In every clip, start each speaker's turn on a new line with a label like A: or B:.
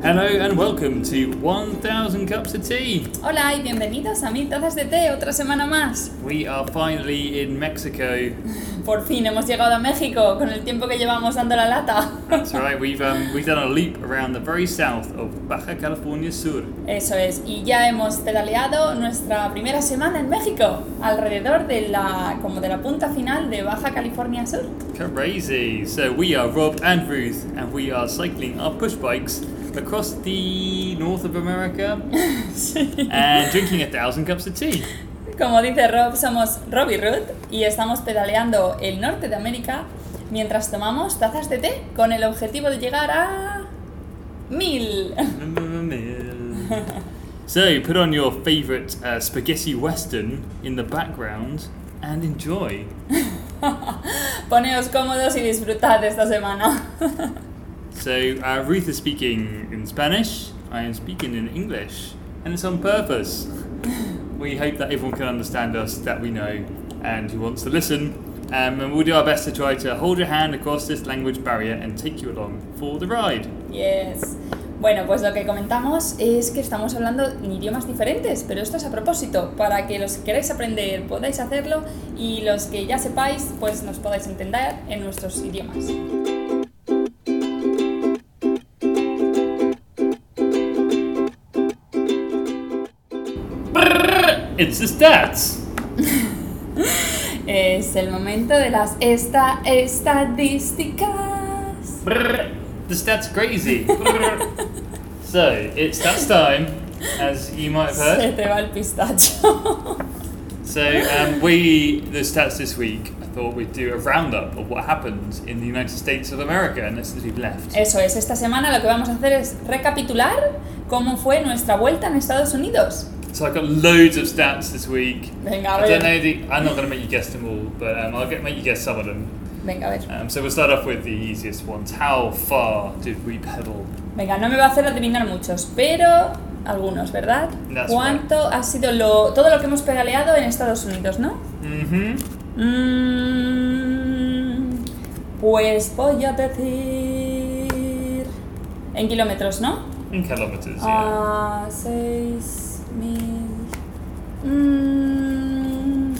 A: Hello and welcome to 1000 Cups of Tea.
B: Hola y bienvenidos a Mil Tazas de Té, otra semana más.
A: We are finally in Mexico.
B: Por fin hemos llegado a México con el tiempo que llevamos dando la lata.
A: That's right, we've, um, we've done a leap around the very south of Baja California Sur.
B: Eso es, y ya hemos pedaleado nuestra primera semana en México, alrededor de la, como de la punta final de Baja California Sur.
A: Crazy! So we are Rob and Ruth and we are cycling our push bikes across the north of America
B: Sí.
A: and drinking a thousand cups of tea.
B: Como dice Rob, somos Rob y Ruth y estamos pedaleando el norte de América mientras tomamos tazas de té con el objetivo de llegar a... Mil.
A: so put on your favourite uh, spaghetti western in the background and enjoy.
B: Poneos cómodos y disfrutad esta semana.
A: So uh, Ruth is speaking in Spanish. I am speaking in English, and it's on purpose. we hope that everyone can understand us, that we know, and who wants to listen. Um, and we'll do our best to try to hold your hand across this language barrier and take you along for the ride.
B: Yes. Bueno, pues lo que comentamos es que estamos hablando en idiomas diferentes, pero esto es a propósito, para que los que queráis aprender podáis hacerlo y los que ya sepáis, pues nos podáis entender en nuestros idiomas.
A: It's the stats.
B: Es el momento de las esta estadísticas.
A: Brrr, the stats are crazy. Brrr. so it's stats time, as you might have heard.
B: Se te va el pistacho.
A: So um, we, the stats this week, I thought we'd do a roundup of what happened in the United States of America, and that's since we've left.
B: Eso es, esta semana lo que vamos a hacer es recapitular cómo fue nuestra vuelta en Estados Unidos.
A: So I've got loads of stats this week.
B: Venga, a
A: I don't
B: ver.
A: know the, I'm not going to make you guess them all, but um, I'll get, make you guess some of them.
B: Venga, a ver.
A: Um, so we'll start off with the easiest ones. How far did we pedal?
B: Venga, no me va a hacer adivinar muchos, pero algunos, ¿verdad?
A: That's
B: ¿Cuánto ha sido lo, todo lo que hemos pedaleado en Estados Unidos, no?
A: Mm-hmm.
B: Mm, pues voy a decir... En kilómetros, ¿no?
A: In kilometres, yeah.
B: A seis mil... Mm,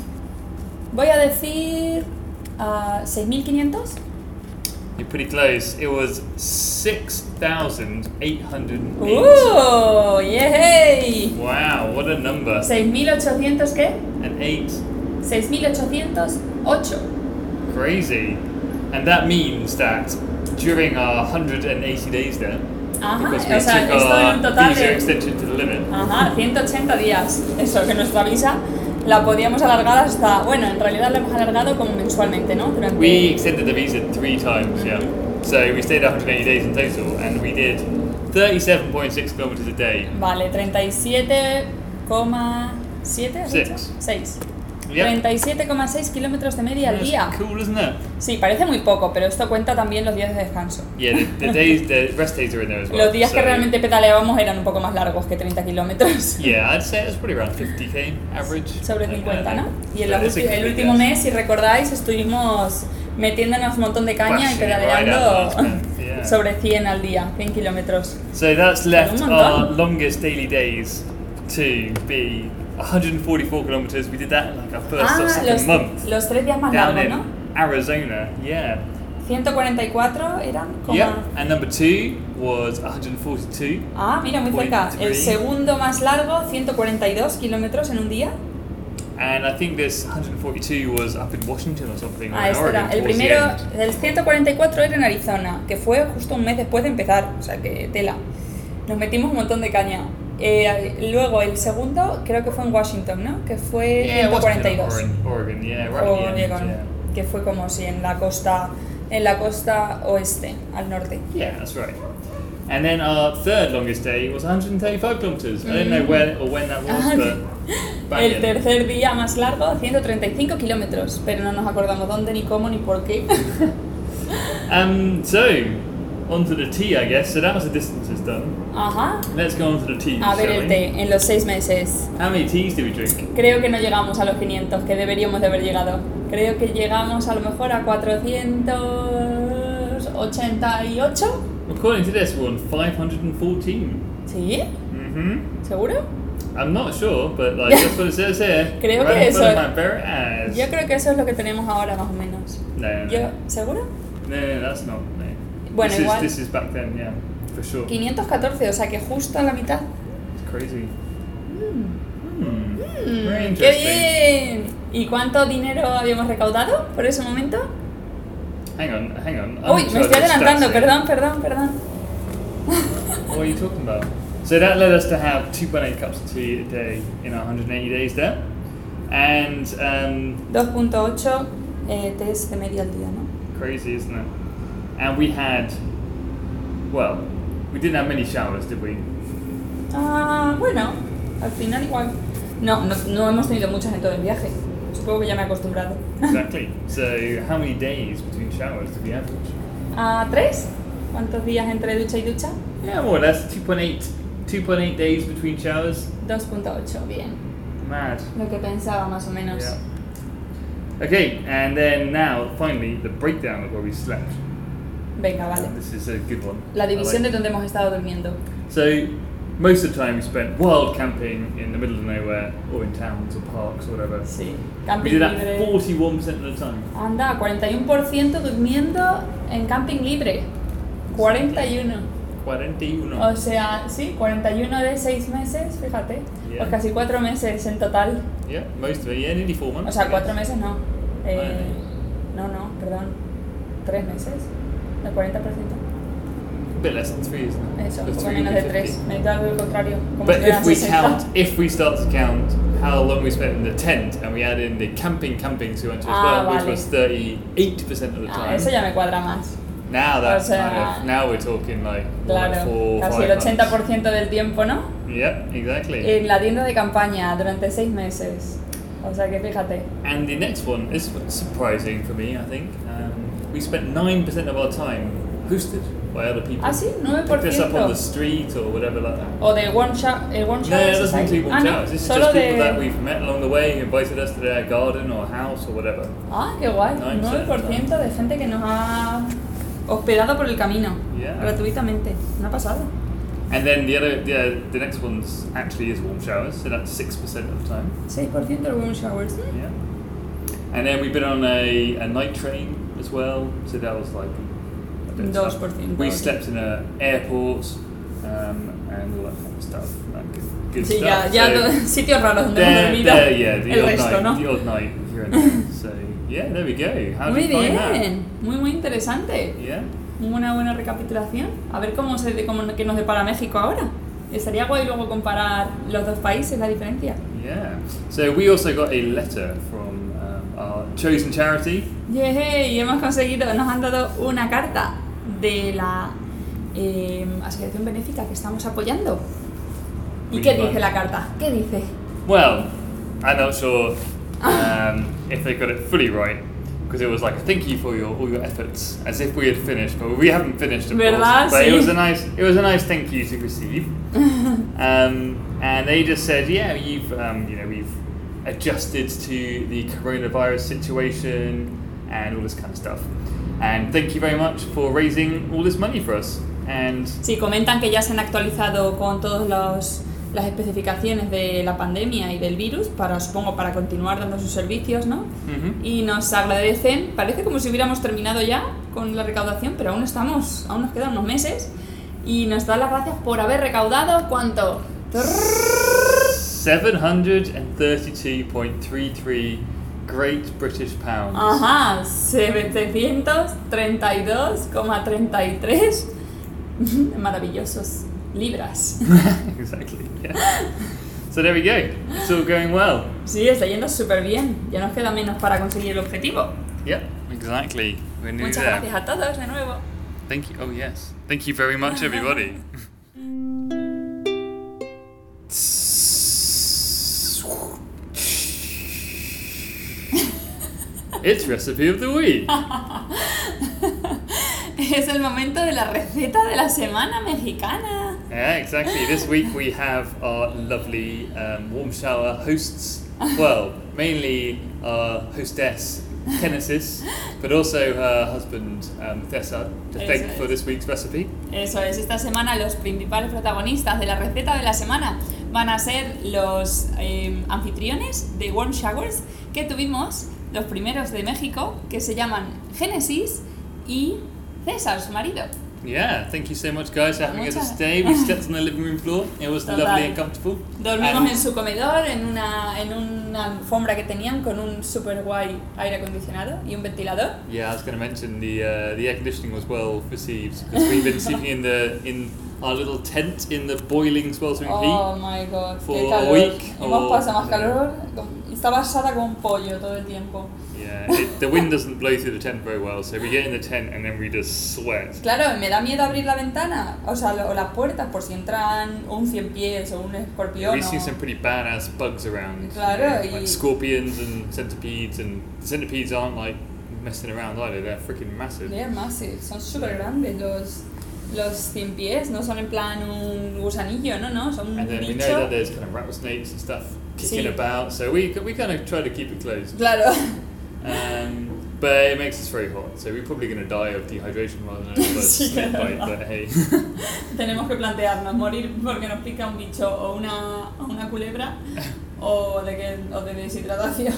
B: voy a decir... a 6.500.
A: You're pretty close. It was 6,808.
B: ¡Uh! ¡Yay!
A: Wow, what a number.
B: ¿6.800 qué?
A: An eight
B: 6.808.
A: Crazy. And that means that during our 180 days there,
B: Ajá,
A: because we
B: o sea,
A: took
B: esto en
A: our
B: total
A: visa
B: de...
A: extension to the limit,
B: Ajá, 180 días. Eso, que nuestra visa la podíamos alargar hasta... Bueno, en realidad la hemos alargado como mensualmente, ¿no? Durante...
A: we extended the visa three times, yeah. So we stayed 180 days in total and we did 37.6 kilometers a day.
B: Vale, 37,7...
A: Six.
B: ¿has dicho? Seis.
A: Yep.
B: 37,6 kilómetros de media al
A: That's
B: día.
A: cool, isn't it?
B: Sí, parece muy poco, pero esto cuenta también los días de descanso.
A: Yeah, the, the days, the rest days are in there as well.
B: Los días que
A: so-
B: realmente pedaleábamos eran un poco más largos que 30 kilómetros.
A: Yeah, I'd say it's probably around 50k average.
B: sobre
A: like
B: 50,
A: that.
B: ¿no? Y en
A: But
B: la
A: it's a
B: ulti- el
A: complete
B: último
A: guess.
B: mes, si recordáis, estuvimos metiéndonos un montón de caña y
A: Smashing it right out
B: pedaleando
A: last month, yeah.
B: sobre 100 al día, 100 kilómetros.
A: So that's left
B: Un montón.
A: our longest daily days to be 144 kilometers. We did that in like our first or
B: Ah,
A: second
B: los,
A: month
B: los tres días más
A: down
B: largos,
A: in
B: ¿no?
A: Arizona. Yeah.
B: 144 eran como...
A: Yep. And number two was 142.
B: Ah, mira, muy cerca. El
A: 43.
B: segundo más largo, 142 kilómetros en un día.
A: And I think this 142 was up in Washington or something. or
B: Ah,
A: in
B: este
A: Oregon
B: era. El
A: towards the
B: primero,
A: end.
B: el 144 era en Arizona, que fue justo un mes después de empezar, o sea que tela. Nos metimos un montón de caña. Eh, luego el segundo creo que fue en Washington, ¿no? Que fue
A: Yeah, Washington
B: 142.
A: or in Oregon. Yeah, right
B: o
A: at the end.
B: Oh, Oregon, que fue como si en la costa, en la costa oeste, al norte.
A: Yeah. yeah, that's right. And then our third longest day was 135 kilometers. I don't know where or when that was, but
B: Mm. El
A: banging.
B: tercer día más largo, 135 kilómetros, pero no nos acordamos dónde, ni cómo, ni por qué.
A: Um, so, onto the tea, I guess. So that was the distances done.
B: Ajá.
A: Let's go on to the tea.
B: A ver
A: shall
B: el
A: we?
B: té, en los seis meses.
A: How many teas did we drink?
B: Creo que no llegamos a los 500, que deberíamos de haber llegado. Creo que llegamos a lo mejor a 488.
A: According to this one, 514.
B: ¿Sí?
A: Mm-hmm.
B: ¿Seguro?
A: I'm not sure, but like that's what it says here.
B: Creo
A: Right
B: que
A: in front of
B: eso-
A: my bare ass.
B: Yo creo que eso es lo que tenemos ahora más o menos.
A: No, no, no.
B: Yo, ¿Seguro?
A: No, no, that's not. No.
B: Bueno,
A: this
B: igual-
A: Is, this is back then, yeah, for sure.
B: 514, o sea que justo a la mitad.
A: It's crazy.
B: Mm,
A: Hmm.
B: mm,
A: Very
B: ¡Qué
A: interesting.
B: bien! ¿Y cuánto dinero habíamos recaudado por ese momento?
A: Hang on, hang on. I'm not
B: Uy, Oh, me
A: sure
B: estoy
A: that's
B: adelantando,
A: stats here.
B: perdón, perdón, perdón.
A: What are you talking about? So that led us to have 2.8 cups of tea a day in our 180 days there. And um,
B: 2.8 eh, test de medio al día, ¿no?
A: crazy, isn't it? And we had, well, we didn't have many showers, did we?
B: Ah, bueno, al final igual. No, no, no hemos tenido muchas en todo el viaje. Supongo que ya me he acostumbrado.
A: Exactly. so how many days between showers did we average?
B: ¿A tres? ¿Cuántos días entre ducha y ducha?
A: Yeah, more or less 2.8, 2.8 days between showers.
B: 2.8, bien.
A: Mad.
B: Lo que pensaba más o menos.
A: Yeah. Okay, and then now finally the breakdown of where we slept.
B: Venga, vale.
A: This is a good one.
B: La
A: I
B: división de
A: like
B: donde hemos estado durmiendo.
A: So most of the time we spent wild camping in the middle of nowhere or in towns or parks or whatever.
B: Sí.
A: We
B: Camping
A: did that
B: libre.
A: 41% of the time.
B: Anda, 41% durmiendo en camping libre. 41.
A: 41.
B: O sea, sí, 41 de 6 meses, fíjate.
A: Yeah.
B: Pues casi 4 meses en total.
A: Yeah, most of it. Yeah, nearly four months.
B: Oh, O sea,
A: I
B: 4
A: guess.
B: meses no. Eh,
A: Vale.
B: no, no, perdón. 3 meses. El 40%.
A: A bit less than three, isn't it?
B: Eso,
A: Because
B: un poco
A: three
B: menos
A: would
B: de
A: be
B: 3.
A: 50.
B: Necesito algo al contrario. Como
A: But
B: si fueran
A: if we
B: 60.
A: count, if we start to count how long we spent in the tent and we add in the camping campings we went to as
B: Ah,
A: well, which
B: vale.
A: was 38% of the
B: Ah,
A: time.
B: eso ya me cuadra más.
A: Now that's
B: O sea-
A: kind of, now we're talking like, more like
B: Claro,
A: four,
B: casi
A: five
B: el
A: months.
B: 80% del tiempo, ¿no?
A: Yep, exactly.
B: En la tienda de campaña durante 6 meses. O sea que fíjate.
A: and the next one is surprising for me, I think. Um, we spent 9% of our time hosted by other people.
B: Ah, sí, Oh,
A: Picked us up on the
B: 9%.
A: street or whatever like that.
B: O de One Shot. Eh, one
A: No,
B: shot
A: no,
B: es
A: it doesn't
B: ahí.
A: include
B: ah,
A: one
B: no,
A: showers. It's
B: solo
A: just
B: de.
A: people that we've met along the way who invited us to their garden or house or whatever.
B: Ah, qué guay.
A: 9%.
B: 9% de gente que nos ha hospedado por el camino.
A: Yeah.
B: Gratuitamente. Una pasada.
A: And then the other, the, the next one's actually is warm showers, so that's six percent of the time.
B: 6% de room showers. ¿eh?
A: Yeah. And then we've been on a, a night train as well, so that was like. I don't know,
B: Dos por ciento.
A: We slept in a airport um, and all that kind of stuff. Like good, good
B: Sí, ya,
A: stuff.
B: ya
A: so
B: do- sitios raros donde hemos
A: there,
B: dormido.
A: there, yeah, the
B: el
A: odd
B: resto,
A: night,
B: ¿no?
A: the odd night here and there. So yeah, there we go. How
B: Muy
A: did you find
B: bien. Muy, muy interesante.
A: that? Yeah.
B: Una buena recapitulación. A ver cómo se cómo, qué nos depara México ahora. Estaría guay luego comparar los dos países, la diferencia.
A: Yeah. So we also got a letter from um, our chosen charity.
B: Yay, hemos conseguido, nos han dado una carta de la eh, asociación benéfica que estamos apoyando. ¿Y
A: Muy
B: qué
A: bien.
B: dice la carta? ¿Qué dice?
A: Well, I'm not sure um, if they got it fully right because it was like thank you for your all your efforts, as if we had finished, but we haven't finished, of
B: ¿Verdad?
A: course. But it was
B: Sí.
A: a nice, it was a nice thank you to receive. um, and they just said, yeah, you've, um, you know, we've adjusted to the coronavirus situation and all this kind of stuff. And thank you very much for raising all this money for us. And
B: Sí, comentan que ya se han actualizado con todas las especificaciones de la pandemia y del virus, para supongo para continuar dando sus servicios, ¿no?
A: mhm.
B: Y nos agradecen, parece como si hubiéramos terminado ya con la recaudación, pero aún estamos, aún nos quedan unos meses. Y nos dan las gracias por haber recaudado, ¿cuánto?
A: 732.33 Great British Pounds.
B: Ajá, 732,33 maravillosos libras.
A: exactly. Yeah. so there we go. It's all going well.
B: Sí, está yendo súper bien. Ya nos queda menos para conseguir el objetivo.
A: Yep. Exactly. We're nearly
B: Muchas
A: there.
B: gracias a todos de nuevo.
A: Thank you. Oh yes. Thank you very much, everybody. it's recipe of the week.
B: Es el momento de la receta de la semana mexicana.
A: Yeah, exactly. This week we have our lovely um, warm shower hosts. Well, mainly our hostess, Genesis, but also her husband um, Tessa to
B: Eso
A: thank for
B: es.
A: this week's recipe.
B: Eso es, esta semana los principales protagonistas de la receta de la semana van a ser los eh, anfitriones de Warm Showers que tuvimos, los primeros de México, que se llaman Génesis y César, su marido.
A: Yeah, thank you so much, guys, for having us
B: Muchas-
A: today. We slept on the living room floor. It was
B: Total.
A: lovely and comfortable.
B: Dormimos
A: And-
B: en su comedor, en una, en una alfombra que tenían con un super guay aire acondicionado y un ventilador.
A: Yeah, I was going to mention the uh, the air conditioning was well received because we've been sleeping in the in our little tent in the boiling, sweltering
B: Oh my god, qué
A: For
B: calor.
A: week
B: Hemos
A: or-
B: pasado más calor. Estaba asada como un pollo todo el tiempo.
A: heat. Yeah, it, the wind doesn't blow through the tent very well, so we get in the tent and then we just sweat.
B: Claro, me da miedo abrir la ventana, o sea, lo- o las puertas, por si entran un cien pies o un escorpión.
A: We've
B: o-
A: seen some pretty badass bugs around,
B: Claro,
A: you know,
B: y-
A: like scorpions and centipedes, and centipedes aren't like messing around either. They're freaking massive.
B: They're massive, son súper grandes los, los cien pies, no son en plan un gusanillo, no, no, son un
A: And then we know
B: bicho.
A: that there's kind of rattlesnakes and stuff kicking
B: Sí.
A: about, so we we kind of try to keep it closed.
B: Claro,
A: Um, but it makes us very hot, so we're probably going to die of dehydration rather than a
B: Sí,
A: snake
B: claro.
A: bite. But hey,
B: tenemos que plantearnos morir porque nos pica un bicho o una, o una culebra o de, que, o de deshidratación.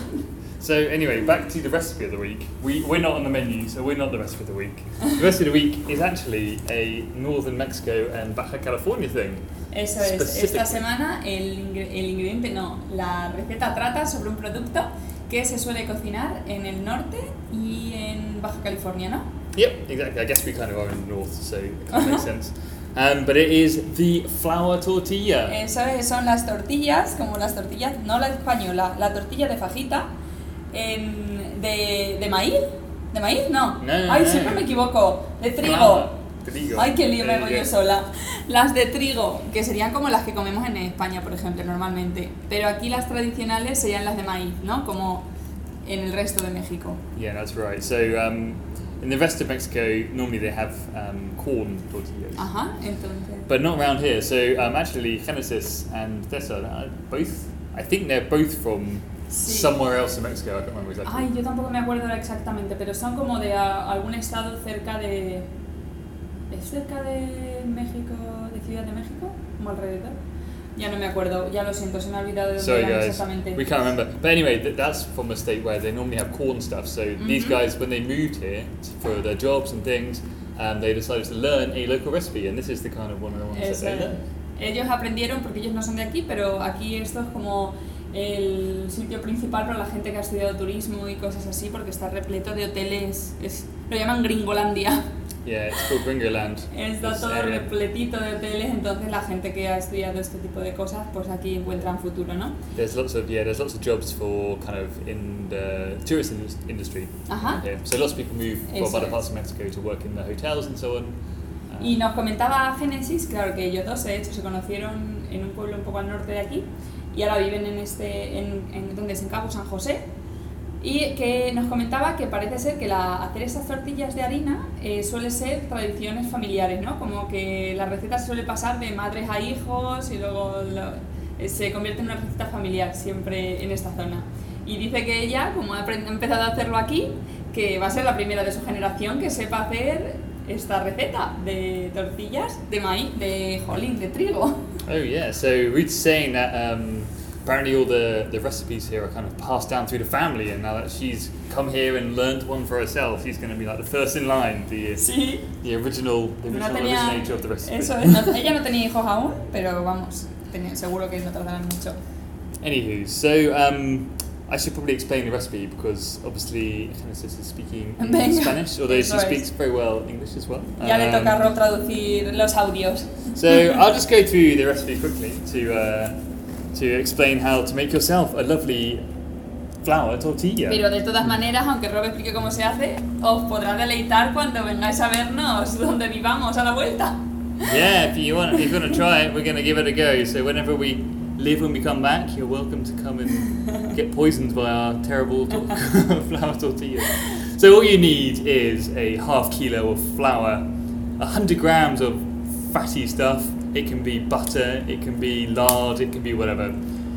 A: so anyway, back to the recipe of the week. We we're not on the menu, so we're not the recipe of the week. The recipe of the week is actually a northern Mexico and Baja California thing.
B: Eso es, esta
A: Specifically.
B: semana el, ingre- el ingrediente, no, la receta trata sobre un producto que se suele cocinar en el norte y en Baja California, ¿no?
A: Yep, exactly. I guess we kind of are in the north, so it kind of makes
B: Uh-huh.
A: sense. Um, but it is the flour tortilla.
B: Eso es, Eh, son las tortillas, como las tortillas, no la española, la tortilla de fajita, en- de, de maíz, de maíz, no.
A: No, no,
B: Ay,
A: no.
B: siempre me equivoco, de trigo.
A: Flour. Trigo.
B: Ay, qué lío me
A: There
B: voy
A: you
B: yo
A: go.
B: sola. Las de trigo, que serían como las que comemos en España, por ejemplo, normalmente. Pero aquí las tradicionales serían las de maíz, ¿no? Como en el resto de México.
A: Yeah, that's right. So um, in the rest of Mexico, normally they have um, corn tortillas.
B: Ajá, entonces.
A: But not around here. So um, actually, Genesis and Tessa are both. I think they're both from
B: Sí.
A: somewhere else in Mexico. I can't remember exactly.
B: Ay, yo tampoco me acuerdo ahora exactamente, pero son como de a- algún estado cerca de. ¿Es cerca de México, de Ciudad de México? Como alrededor. Ya no me acuerdo, ya lo siento, se me ha olvidado de dónde
A: Sorry
B: eran
A: guys,
B: exactamente.
A: we can't remember. But anyway, th- that's from a state where they normally have corn stuff. So these
B: Mhm.
A: guys, when they moved here t- for their jobs and things, um, they decided to learn a local recipe, and this is the kind of one of the ones
B: Eso
A: that they
B: es.
A: learned.
B: Ellos aprendieron, porque ellos no son de aquí, pero aquí esto es como el sitio principal para la gente que ha estudiado turismo y cosas así, porque está repleto de hoteles, es- lo llaman Gringolandia.
A: Yeah, it's called Gringoland.
B: Está
A: this
B: todo
A: area.
B: repletito de hoteles, entonces la gente que ha estudiado este tipo de cosas, pues aquí encuentran futuro, ¿no?
A: There's lots of yeah, there's lots of jobs for kind of in the tourist indus- industry.
B: Ajá.
A: Yeah, so lots of people move
B: Eso
A: from other
B: es.
A: parts of Mexico to work in the hotels and so on. Um,
B: Y nos comentaba Génesis, claro que ellos dos, de hecho, se conocieron en un pueblo un poco al norte de aquí y ahora viven en este, en, en- donde es en Cabo San José. Y que nos comentaba que parece ser que la, hacer estas tortillas de harina eh, suele ser tradiciones familiares, ¿no? Como que la receta suele pasar de madres a hijos y luego lo- eh, se convierte en una receta familiar siempre en esta zona. Y dice que ella, como ha aprend- ha empezado a hacerlo aquí, que va a ser la primera de su generación que sepa hacer esta receta de tortillas de maíz, de jolín, de trigo.
A: Oh yeah, so Ruth's saying that um, apparently all the, the recipes here are kind of passed down through the family, and now that she's come here and learnt one for herself, she's going to be like the first in line, the
B: Sí.
A: the original the
B: No
A: original
B: tenía-
A: originator of the recipe.
B: Eso ¿eh? es, no- ella no tenía hijos aún, pero vamos, tenía- seguro que no tardarán mucho.
A: Anywho, so um, I should probably explain the recipe because obviously Genesis is speaking in
B: Venga.
A: Spanish, although she
B: Eso es.
A: speaks very well English as well.
B: Ya le toca a
A: Um,
B: Rob traducir los audios.
A: So I'll just go through the recipe quickly to uh, to explain how to make yourself a lovely flour tortilla.
B: Pero de todas maneras, aunque Rob explique cómo se hace, os podrá deleitar cuando vengáis a vernos donde vivamos a la vuelta.
A: yeah, if you want, if you want to try it, we're going to give it a go. So whenever we leave and we come back, you're welcome to come and get poisoned by our terrible tor- flour tortilla. So all you need is a half kilo of flour, a hundred grams of fatty stuff. It can be butter, it can be lard, it can be whatever.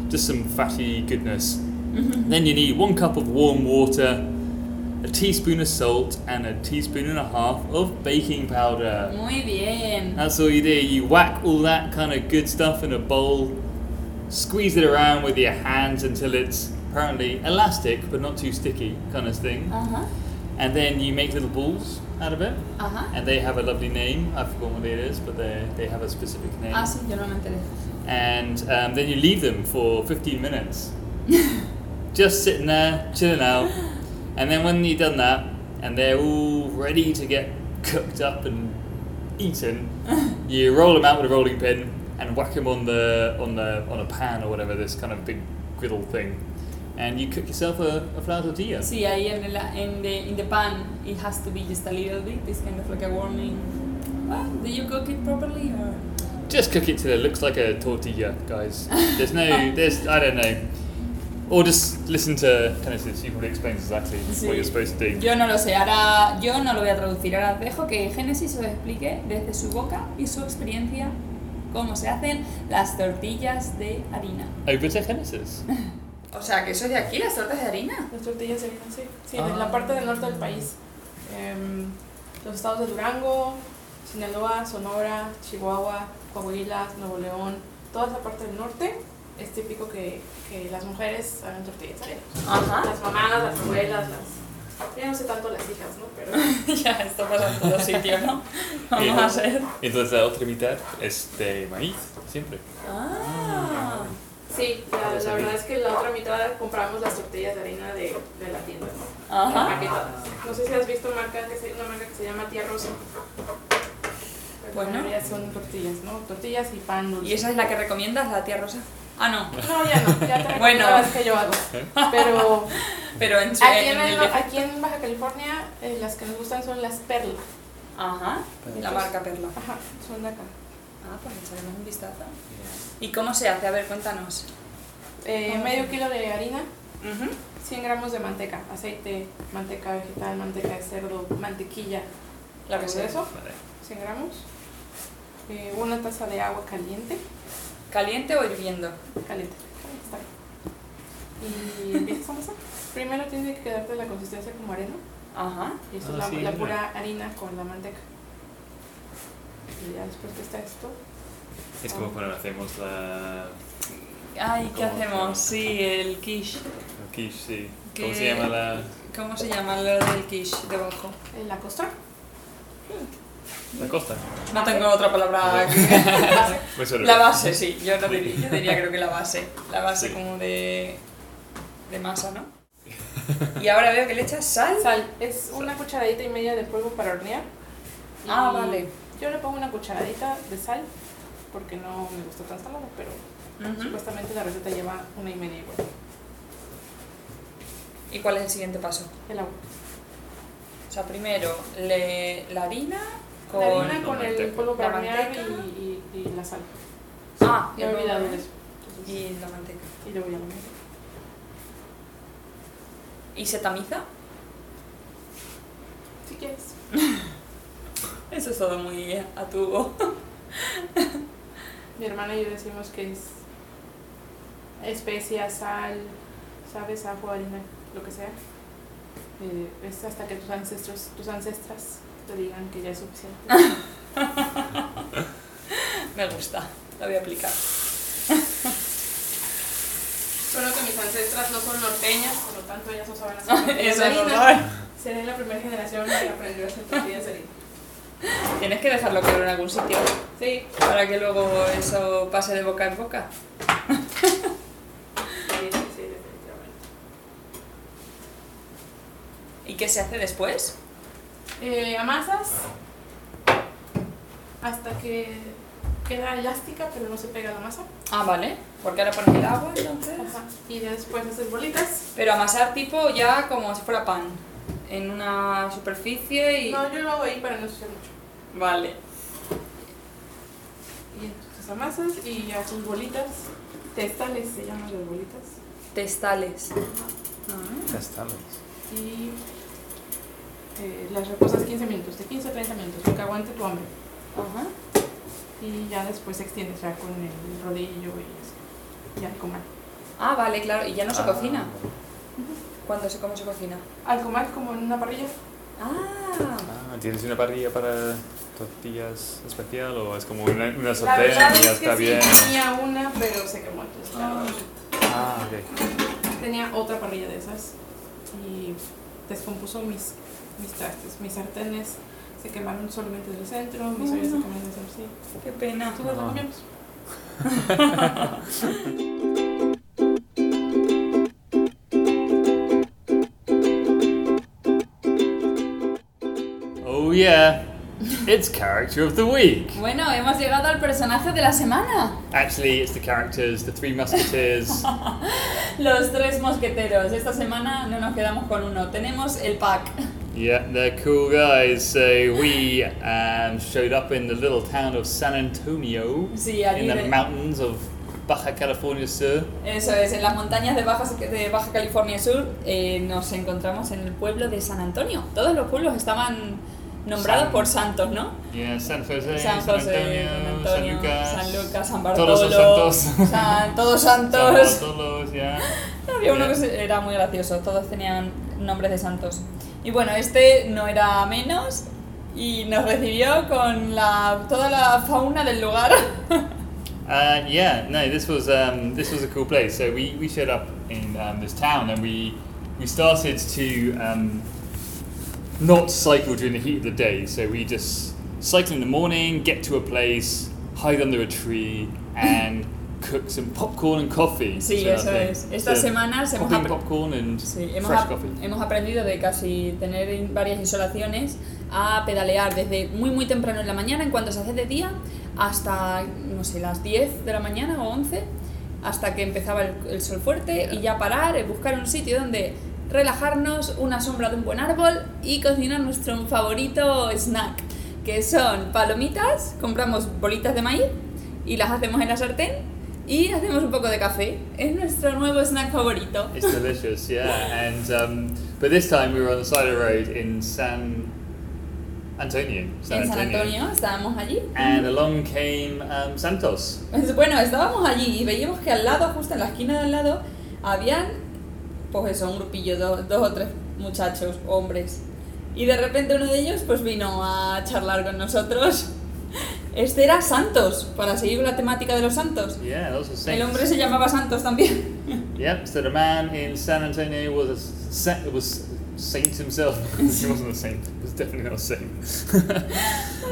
A: Just some fatty goodness. Then you need one cup of warm water, a teaspoon of salt, and a teaspoon and a half of baking powder.
B: Muy bien.
A: That's all you do. You whack all that kind of good stuff in a bowl, squeeze it around with your hands until it's apparently elastic but not too sticky kind of thing.
B: Ajá,
A: And then you make little balls out of it.
B: ajá.
A: And they have a lovely name. I've forgotten what it is, but they, they have a specific name.
B: Ah, sí, yo no me enteré.
A: And um, then you leave them for 15 minutes. Just sitting there, chilling out. And then when you've done that, and they're all ready to get cooked up and eaten, you roll them out with a rolling pin and whack them on the on the on a pan or whatever this kind of big griddle thing, and you cook yourself a, a flour tortilla.
B: Sí, ahí en, el, en the, in the pan it has to be just a little bit, this kind of like a warming. Well, do you cook it properly or?
A: Just cook it till it looks like a tortilla, guys. There's no, there's, I don't know. Or just listen to Tennessee, she probably explains exactly what you're
B: Sí.
A: supposed to do.
B: Yo no lo sé, ahora yo no lo voy a traducir, ahora dejo que Génesis os explique desde su boca y su experiencia cómo se hacen las tortillas de harina.
A: Over to Genesis.
B: O sea, que eso es de aquí, las tortas de harina.
C: Las tortillas se vienen, sí. Sí,
A: Ah.
C: en la parte del norte del país. Em, los estados de Durango, Sinaloa, Sonora, Chihuahua, Coahuila, Nuevo León. Toda esa parte del norte es típico que, que las mujeres hagan tortillas de harina.
B: Ajá.
C: Las mamás, las abuelas, las... Ya no sé tanto las hijas, ¿no? Pero...
B: ya, esto pasa en todos sitios, ¿no?
A: Sí,
B: Vamos
A: ¿no?
B: a ver.
A: Entonces la otra mitad es de maíz, siempre.
B: Ah.
C: Sí, la, la verdad es que la otra mitad compramos las tortillas de harina de, de la tienda.
B: Ajá.
C: Empaquetadas. No sé si has visto marca que se, una marca que se llama Tía Rosa. Pero
B: Bueno.
C: la mayoría son tortillas, ¿no? Tortillas y pan dulce.
B: ¿Y esa es la que recomiendas, la tía Rosa? Ah, no.
C: No, ya no, ya te
B: Bueno.
C: bueno. las que yo hago.
B: ¿Eh?
C: Pero
B: Pero en su...
C: aquí en,
B: en
C: el-
B: el-
C: aquí en Baja California eh, las que nos gustan son las perlas.
B: Ajá. La marca Perla.
C: Ajá, son de acá.
B: Ah, pues echaremos un vistazo. ¿Y cómo se hace? A ver, cuéntanos. Ah,
C: Eh, medio kilo de harina,
B: Ujú.
C: 100 gramos de manteca, aceite, manteca vegetal, manteca de cerdo, mantequilla,
B: La que
C: todo
B: sea.
C: eso.
A: Vale.
C: 100 gramos, eh, una taza de agua caliente,
B: ¿Caliente o hirviendo?
C: caliente, está bien. Y empiezas a amasar. Primero tiene que quedarte la consistencia como arena,
B: Ajá.
C: y esto
A: Ah,
C: es la,
A: sí,
C: la
A: mira.
C: pura harina con la manteca. Y ya después que está esto,
A: Es como cuando hacemos la
B: Ay, ¿qué
A: ¿Cómo
B: hacemos?
A: se
B: Sí, el quiche.
A: la quiche, sí.
B: ¿Qué?
A: ¿Cómo se llama la,
B: ¿Cómo se llama lo del quiche debajo?
C: eh, la costra.
A: la costa?
B: No tengo otra palabra.
A: Pues
B: la base, sí. Yo, no
A: Sí.
B: diría, yo diría creo que la base. La base
A: Sí.
B: como de, de masa, ¿no? Y ahora veo que le echas sal.
C: Sal, es una cucharadita y media de polvo para hornear.
B: Ah,
C: Y
B: vale.
C: Yo le pongo una cucharadita de sal porque no me gusta tan salado, pero
B: Ujú.
C: supuestamente la receta lleva una y media igual.
B: ¿Y cuál es el siguiente paso?
C: El agua.
B: O sea, primero le- la harina con...
C: la harina con
A: la
C: el
A: manteca.
C: polvo para
B: La
C: hornear y,
B: manteca.
C: y, y la sal.
B: Ah,
C: Me he
B: el
C: olvidado de
B: huevo,
C: eso. Entonces,
B: Y la manteca.
C: y luego ya lo meto.
B: ¿Y se tamiza?
C: Si quieres.
B: Eso es todo muy a tubo.
C: Mi hermana y yo decimos que es especia, sal, sabes, ajo, harina, lo que sea. Eh, es hasta que tus ancestros, tus ancestras te digan que ya es suficiente.
B: Me gusta. La voy a aplicar.
C: Solo que mis ancestras no son norteñas, por lo tanto ellas no saben hacer tortillas
B: Eso
C: de
B: es
C: harina.
B: horror.
C: Seré la primera generación que aprendió a hacer tortillas de harina.
B: Tienes que dejarlo claro en algún sitio
C: Sí,
B: para que luego eso pase de boca en boca.
C: sí, sí, definitivamente.
B: ¿Y qué se hace después?
C: Eh, amasas hasta que queda elástica, pero no se pega la masa.
B: Ah, vale. Porque ahora pones el agua entonces.
C: Ajá. Y ya después haces bolitas.
B: Pero amasar tipo ya como si fuera pan. En una superficie y.
C: No, yo lo hago ahí para no ensuciar mucho.
B: Vale.
C: Y entonces amasas y haces bolitas. Testales se llaman las bolitas.
B: Testales.
C: Ajá.
B: Ah,
C: y eh, las reposas 15 minutos, de 15 a 30 minutos, lo que aguante tu hambre.
B: Ajá.
C: Y ya después extiendes ya con el rodillo y eso. Ya comer.
B: Ah, vale, claro. Y ya no se cocina. ¿Cuándo se, cómo se cocina?
C: Al comer como en una parrilla.
B: Ah,
D: Ah, ¿Tienes una parrilla para tortillas especial o es como una, una
C: La
D: sartén y ya
C: verdad es
D: está
C: que sí
D: bien?
C: tenía una, pero se quemó. entonces, la verdad,
D: Ah, ok.
C: Tenía otra parrilla de esas y descompuso mis, mis trastes, mis sartenes. Se quemaron solamente del centro, mis
B: Oh,
C: ollas se
B: no.
C: quemaron del centro, sí.
B: qué pena.
C: Entonces
D: Ah.
C: las cambiamos.
A: Oh yeah, it's character of the week.
B: Bueno, hemos llegado al personaje de la semana.
A: Actually, it's the characters, the three musketeers.
B: Los tres mosqueteros. Esta semana no nos quedamos con uno. Tenemos el pack.
A: yeah, they're cool guys. So we um, showed up in the little town of San Antonio
B: Sí, allí
A: in the
B: de-
A: mountains of Baja California Sur.
B: Eso es, en las montañas de Baja, de Baja California Sur eh, nos encontramos en el pueblo de San Antonio. Todos los pueblos estaban nombrados
A: San-
B: por santos, ¿no?
A: Yeah, San Jose,
B: San
A: Antonio,
B: José, San Antonio, San
A: Lucas.
B: Lucas, San Bartolo,
A: Todos son santos.
B: San- todos
A: San
B: santos.
A: Bartolos, yeah.
B: Había uno que se- era muy gracioso, todos tenían nombres de santos. Y bueno, este no era menos y nos recibió con la, toda la fauna del lugar.
A: Uh, yeah, no, this was um, this was a cool place. So we, we showed up in um, this town and we we started to um, not cycle during the heat of the day. So we just cycle in the morning, get to a place, hide under a tree, and cook some popcorn and coffee.
B: Sí,
A: sort of
B: eso
A: thing.
B: es. Estas semanas hemos
A: popping
B: apre-
A: popcorn and
B: Sí, hemos,
A: fresh
B: ap-
A: coffee.
B: hemos aprendido de casi tener in- varias insolaciones a pedalear desde muy muy temprano en la mañana, en cuanto se hace de día, hasta, no sé, las 10 de la mañana o 11, hasta que empezaba el, el sol fuerte y ya parar, eh, buscar un sitio donde relajarnos, una sombra de un buen árbol y cocinar nuestro favorito snack, que son palomitas, compramos bolitas de maíz y las hacemos en la sartén. Y hacemos un poco de café. Es nuestro nuevo snack favorito.
A: It's delicious, yeah. And um, but this time we were on the side of the road in San Antonio.
B: en San Antonio, estábamos allí.
A: And along came um, Santos.
B: Pues, Bueno, estábamos allí y veíamos que al lado, justo en la esquina de al lado, habían, pues eso, un grupillo, do- dos o tres muchachos, hombres. Y de repente uno de ellos pues vino a charlar con nosotros. Este era Santos, para seguir con la temática de los santos.
A: Yeah, lots of saints.
B: El hombre se llamaba Santos también.
A: Yep. So the man in San Antonio was a sa- was saint himself. he wasn't a saint. He was definitely not a saint.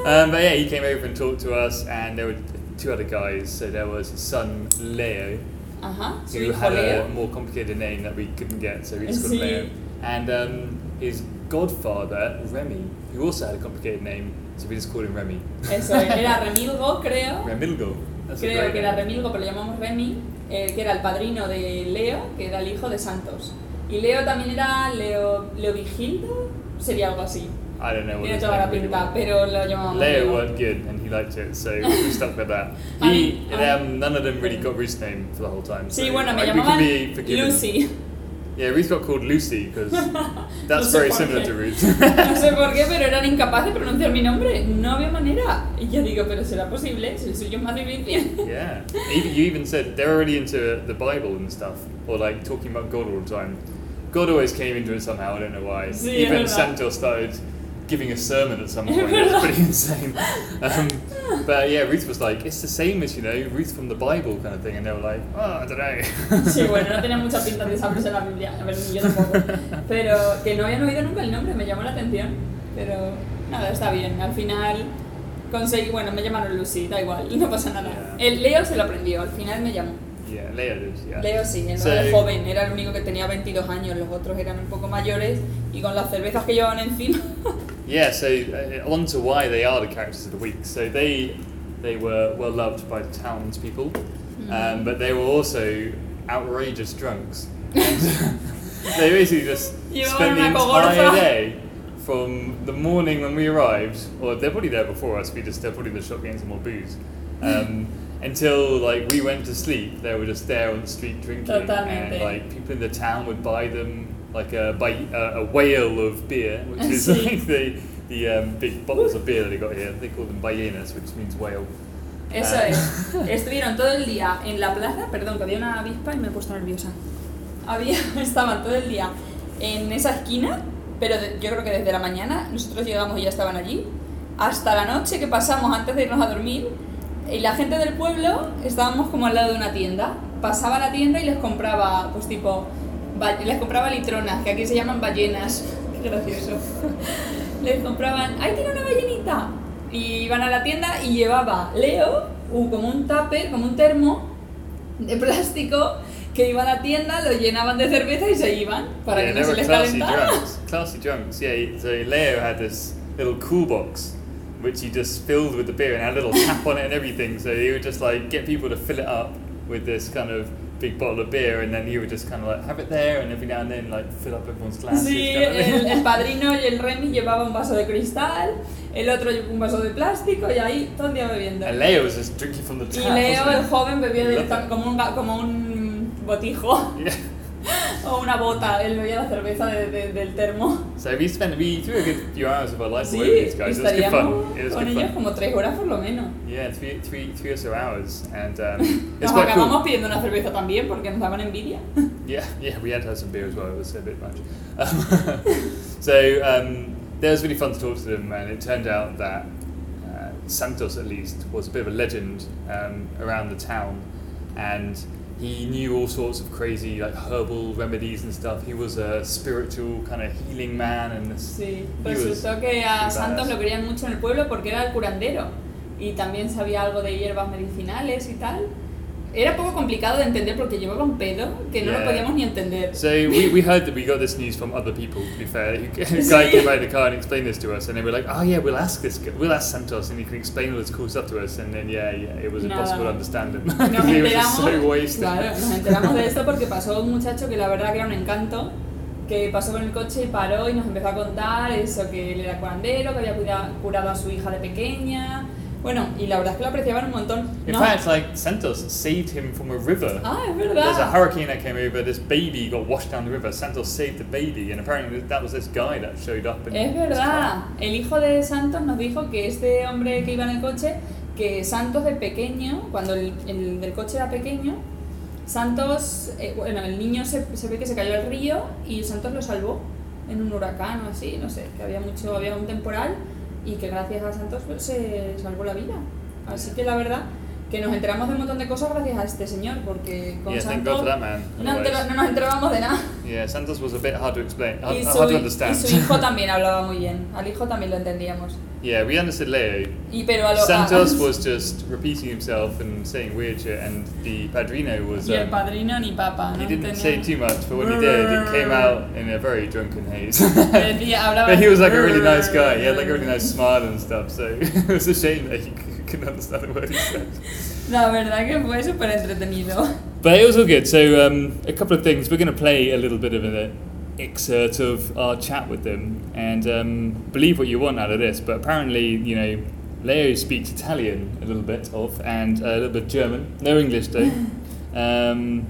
A: um, but yeah, he came over and talked to us, and there were two other guys. So there was his son Leo,
B: Ajá, su
A: who
B: hijo
A: had a
B: Leo.
A: more complicated name that we couldn't get, so we just called
B: Sí.
A: Leo. And um, his godfather Remy, who also had a complicated name, so we just called him Remy.
B: Eso, era Remilgo, creo.
A: Remilgo. That's a
B: Oh. Creo
A: great
B: que era
A: name.
B: Remilgo, pero lo llamamos Remy, eh, que era el padrino de Leo, que era el hijo de Santos. Y Leo también era Leo, Leo Vigildo, sería algo así.
A: I don't know what
B: Tiene
A: his
B: toda
A: name
B: la
A: really
B: pinta,
A: was.
B: pero lo llamábamos
A: Leo weren't good and he liked it, so we stuck with that.
B: I
A: He,
B: mean, I-
A: um, none of them really got Ruth's name for the whole time.
B: Sí,
A: so,
B: bueno, me
A: like, we
B: llamaban
A: can be forgiven.
B: Lucy.
A: Yeah, Ruth got called Lucy because that's
B: sé
A: very
B: por
A: similar
B: qué.
A: to Ruth.
B: No sé por qué, pero eran incapaces de pronunciar mi nombre. No había manera. Y yo digo, pero será posible, si el suyo es más difícil.
A: yeah, even, you even said they're already into the Bible and stuff, or like talking about God all the time. God always came into it somehow. I don't know why.
B: Sí, es
A: even
B: verdad.
A: Santos started giving a sermon at some
B: Es
A: point. It was
B: verdad.
A: pretty insane. Um, but yeah, Ruth was like, "It's the same as you know, Ruth from the Bible kind of thing," and they were like, "Oh, I don't know."
B: Sí, bueno, no tenía mucha pinta de saberse la Biblia. A ver, ni yo tampoco. Pero que no habían oído nunca el nombre, me llamó la atención. Pero nada, está bien. Al final conseguí. Bueno, me llamaron Lucy, da igual, no pasa nada.
A: Ya.
B: El Leo se lo aprendió, al final me llamó.
A: Yeah, Leo did. Yeah.
B: Leo sí, el
A: So-
B: más joven, era el único que tenía 22 años, los otros eran un poco mayores y con las cervezas que llevaban encima.
A: Yeah, so uh, on to why they are the characters of the week. So they they were well loved by the townspeople, um, but they were also outrageous drunks. they basically just
B: You
A: spent the
B: are like a
A: entire
B: orphan.
A: day from the morning when we arrived, or they're probably there before us. We just they're probably in the shop getting some more booze. Um, Until like we went to sleep, they were just there on the street drinking, and
B: Totalmente.
A: like people in the town would buy them like a buy a, a whale of beer, which is
B: Sí.
A: like the the um, big bottles of beer that they got here. They call them ballenas, which means whale.
B: Eso
A: Ah.
B: es. Estuvieron todo el día en la plaza, perdón, que había una avispa y me he puesto nerviosa. Había, estaban todo el día en esa esquina, pero de- yo creo que desde la mañana, nosotros llegamos y ya estaban allí, hasta la noche que pasamos antes de irnos a dormir, y la gente del pueblo estábamos como al lado de una tienda, pasaba a la tienda y les compraba, pues tipo, ba- les compraba litronas, que aquí se llaman ballenas, qué gracioso, les compraban, ¡ay, tiene una ballenita! Y iban a la tienda y llevaba Leo, u- como un tupper, como un termo, de plástico que iba a la tienda, lo llenaban de cerveza y se iban para
A: yeah,
B: que
A: they
B: no se
A: were
B: les
A: classy
B: calentara.
A: drunks. Classy drunks. Yeah. So Leo had this little cool box, which he just filled with the beer and had a little tap on it and everything. So he would just like get people to fill it up with this kind of big bottle of beer, and then he would just kind of like have it there, and every now and then like fill up everyone's glasses.
B: Sí,
A: kind of
B: el,
A: thing.
B: el padrino y el Remy llevaban un vaso de cristal, el otro llevaba un vaso de plástico y ahí todo el día bebiendo.
A: and Leo was just drinking from the
B: Y
A: tap.
B: Leo, el
A: wasn't
B: joven, bebía
A: Love
B: directa-
A: it.
B: como un, ga- como un botijo
A: he? Yeah.
B: o una bota, él bebía la cerveza de- de- del termo.
A: So we spent we threw a good few hours of our life
B: Sí,
A: away with these guys. It was good
B: estaríamos
A: fun. It was
B: con
A: good
B: ellos
A: fun.
B: como tres horas por lo menos.
A: Yeah, three, three, three or so hours, and um, it's
B: Nos
A: quite cool.
B: acabamos pidiendo una cerveza también porque nos daban envidia.
A: Yeah, yeah, we had to have some beer as well. It was a bit much. Um, so um, that was really fun to talk to them, and it turned out that uh, Santos, at least, was a bit of a legend um, around the town, and he knew all sorts of crazy like herbal remedies and stuff. He was a spiritual kind of healing man, and this,
B: Sí, pues
A: he was
B: resultó que a
A: badass.
B: Santos lo querían mucho en el pueblo porque era el curandero y también sabía algo de hierbas medicinales y tal. Era poco complicado de entender porque llevaba un pedo que no lo
A: Yeah.
B: podíamos ni entender.
A: So we, we heard that we got this news from other people. To be fair, a guy came out of the car and explained this to us, and they were like, "Oh yeah, we'll ask this, gu- we'll ask Santos, and he can explain all this cool stuff to us." And then yeah, yeah, it was
B: No.
A: impossible to understand him
B: Nos
A: because he was just so
B: enteramos,
A: pues, wasted.
B: claro, nos enteramos de esto porque pasó un muchacho que la verdad que era un encanto, que pasó con el coche y paró y nos empezó a contar eso, que él era curandero, que había cuida- curado a su hija de pequeña. Bueno, y la verdad es que lo apreciaban un montón.
A: In
B: No-
A: fact, like Santos saved him from a river.
B: ah, es verdad.
A: There's a hurricane that came over. This baby got washed down the river. Santos saved the baby, and apparently that was this guy that showed up. And
B: Es verdad, el hijo de Santos nos dijo que este hombre que iba en el coche, que Santos de pequeño, cuando el, el del coche era pequeño, Santos, eh, bueno, el niño se, se ve que se cayó al río y Santos lo salvó en un huracán o así, no sé, que había mucho, había un temporal y que gracias a Santos pues, se salvó la vida. Así que la verdad que nos enteramos de un montón de cosas gracias a este señor, porque con
A: yeah, thank God
B: Santos
A: for that man.
B: no,
A: otherwise-
B: entera- no nos enterábamos de nada.
A: yeah, Santos was a bit hard to explain, hard,
B: Y
A: hard to
B: su, y
A: understand.
B: su hijo también hablaba muy bien. Al hijo también lo entendíamos.
A: yeah, we understood Leo,
B: Y pero a lo- a-
A: Santos was just repeating himself and saying weird shit, and the Padrino was.
B: Y el
A: Um,
B: padrino ni papa.
A: he
B: no
A: didn't say
B: entendía.
A: too much, but when he did, it came out in a very drunken haze. but
B: Decía- hablaba-
A: he was like a really nice guy. He had like a really nice smile and stuff. So it was a shame that he c- couldn't understand a word he said.
B: La verdad que fue súper entretenido.
A: But it was all good. So um, a couple of things. We're going to play a little bit of an excerpt of our chat with them, and um, believe what you want out of this. But apparently, you know, Leo speaks Italian a little bit of, and a little bit German. No English though. um,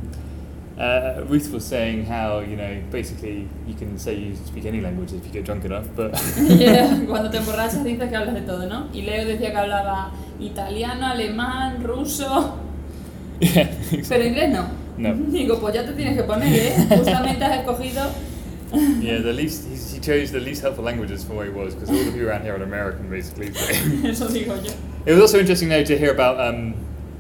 A: uh, Ruth was saying how you know basically you can say you speak any language if you get drunk enough, but
B: Yeah, eh, Cuando te emborrachas dices que hablas de todo, ¿no? Y Leo decía que hablaba italiano, alemán, ruso.
A: yeah,
B: Pero inglés no.
A: No.
B: Digo, pues ya te tienes que poner, ¿eh? Justamente has escogido.
A: yeah. The least he, he chose the least helpful languages for where he was because all the people around here are American basically. So.
B: Eso digo yo.
A: It was also interesting though to hear about um,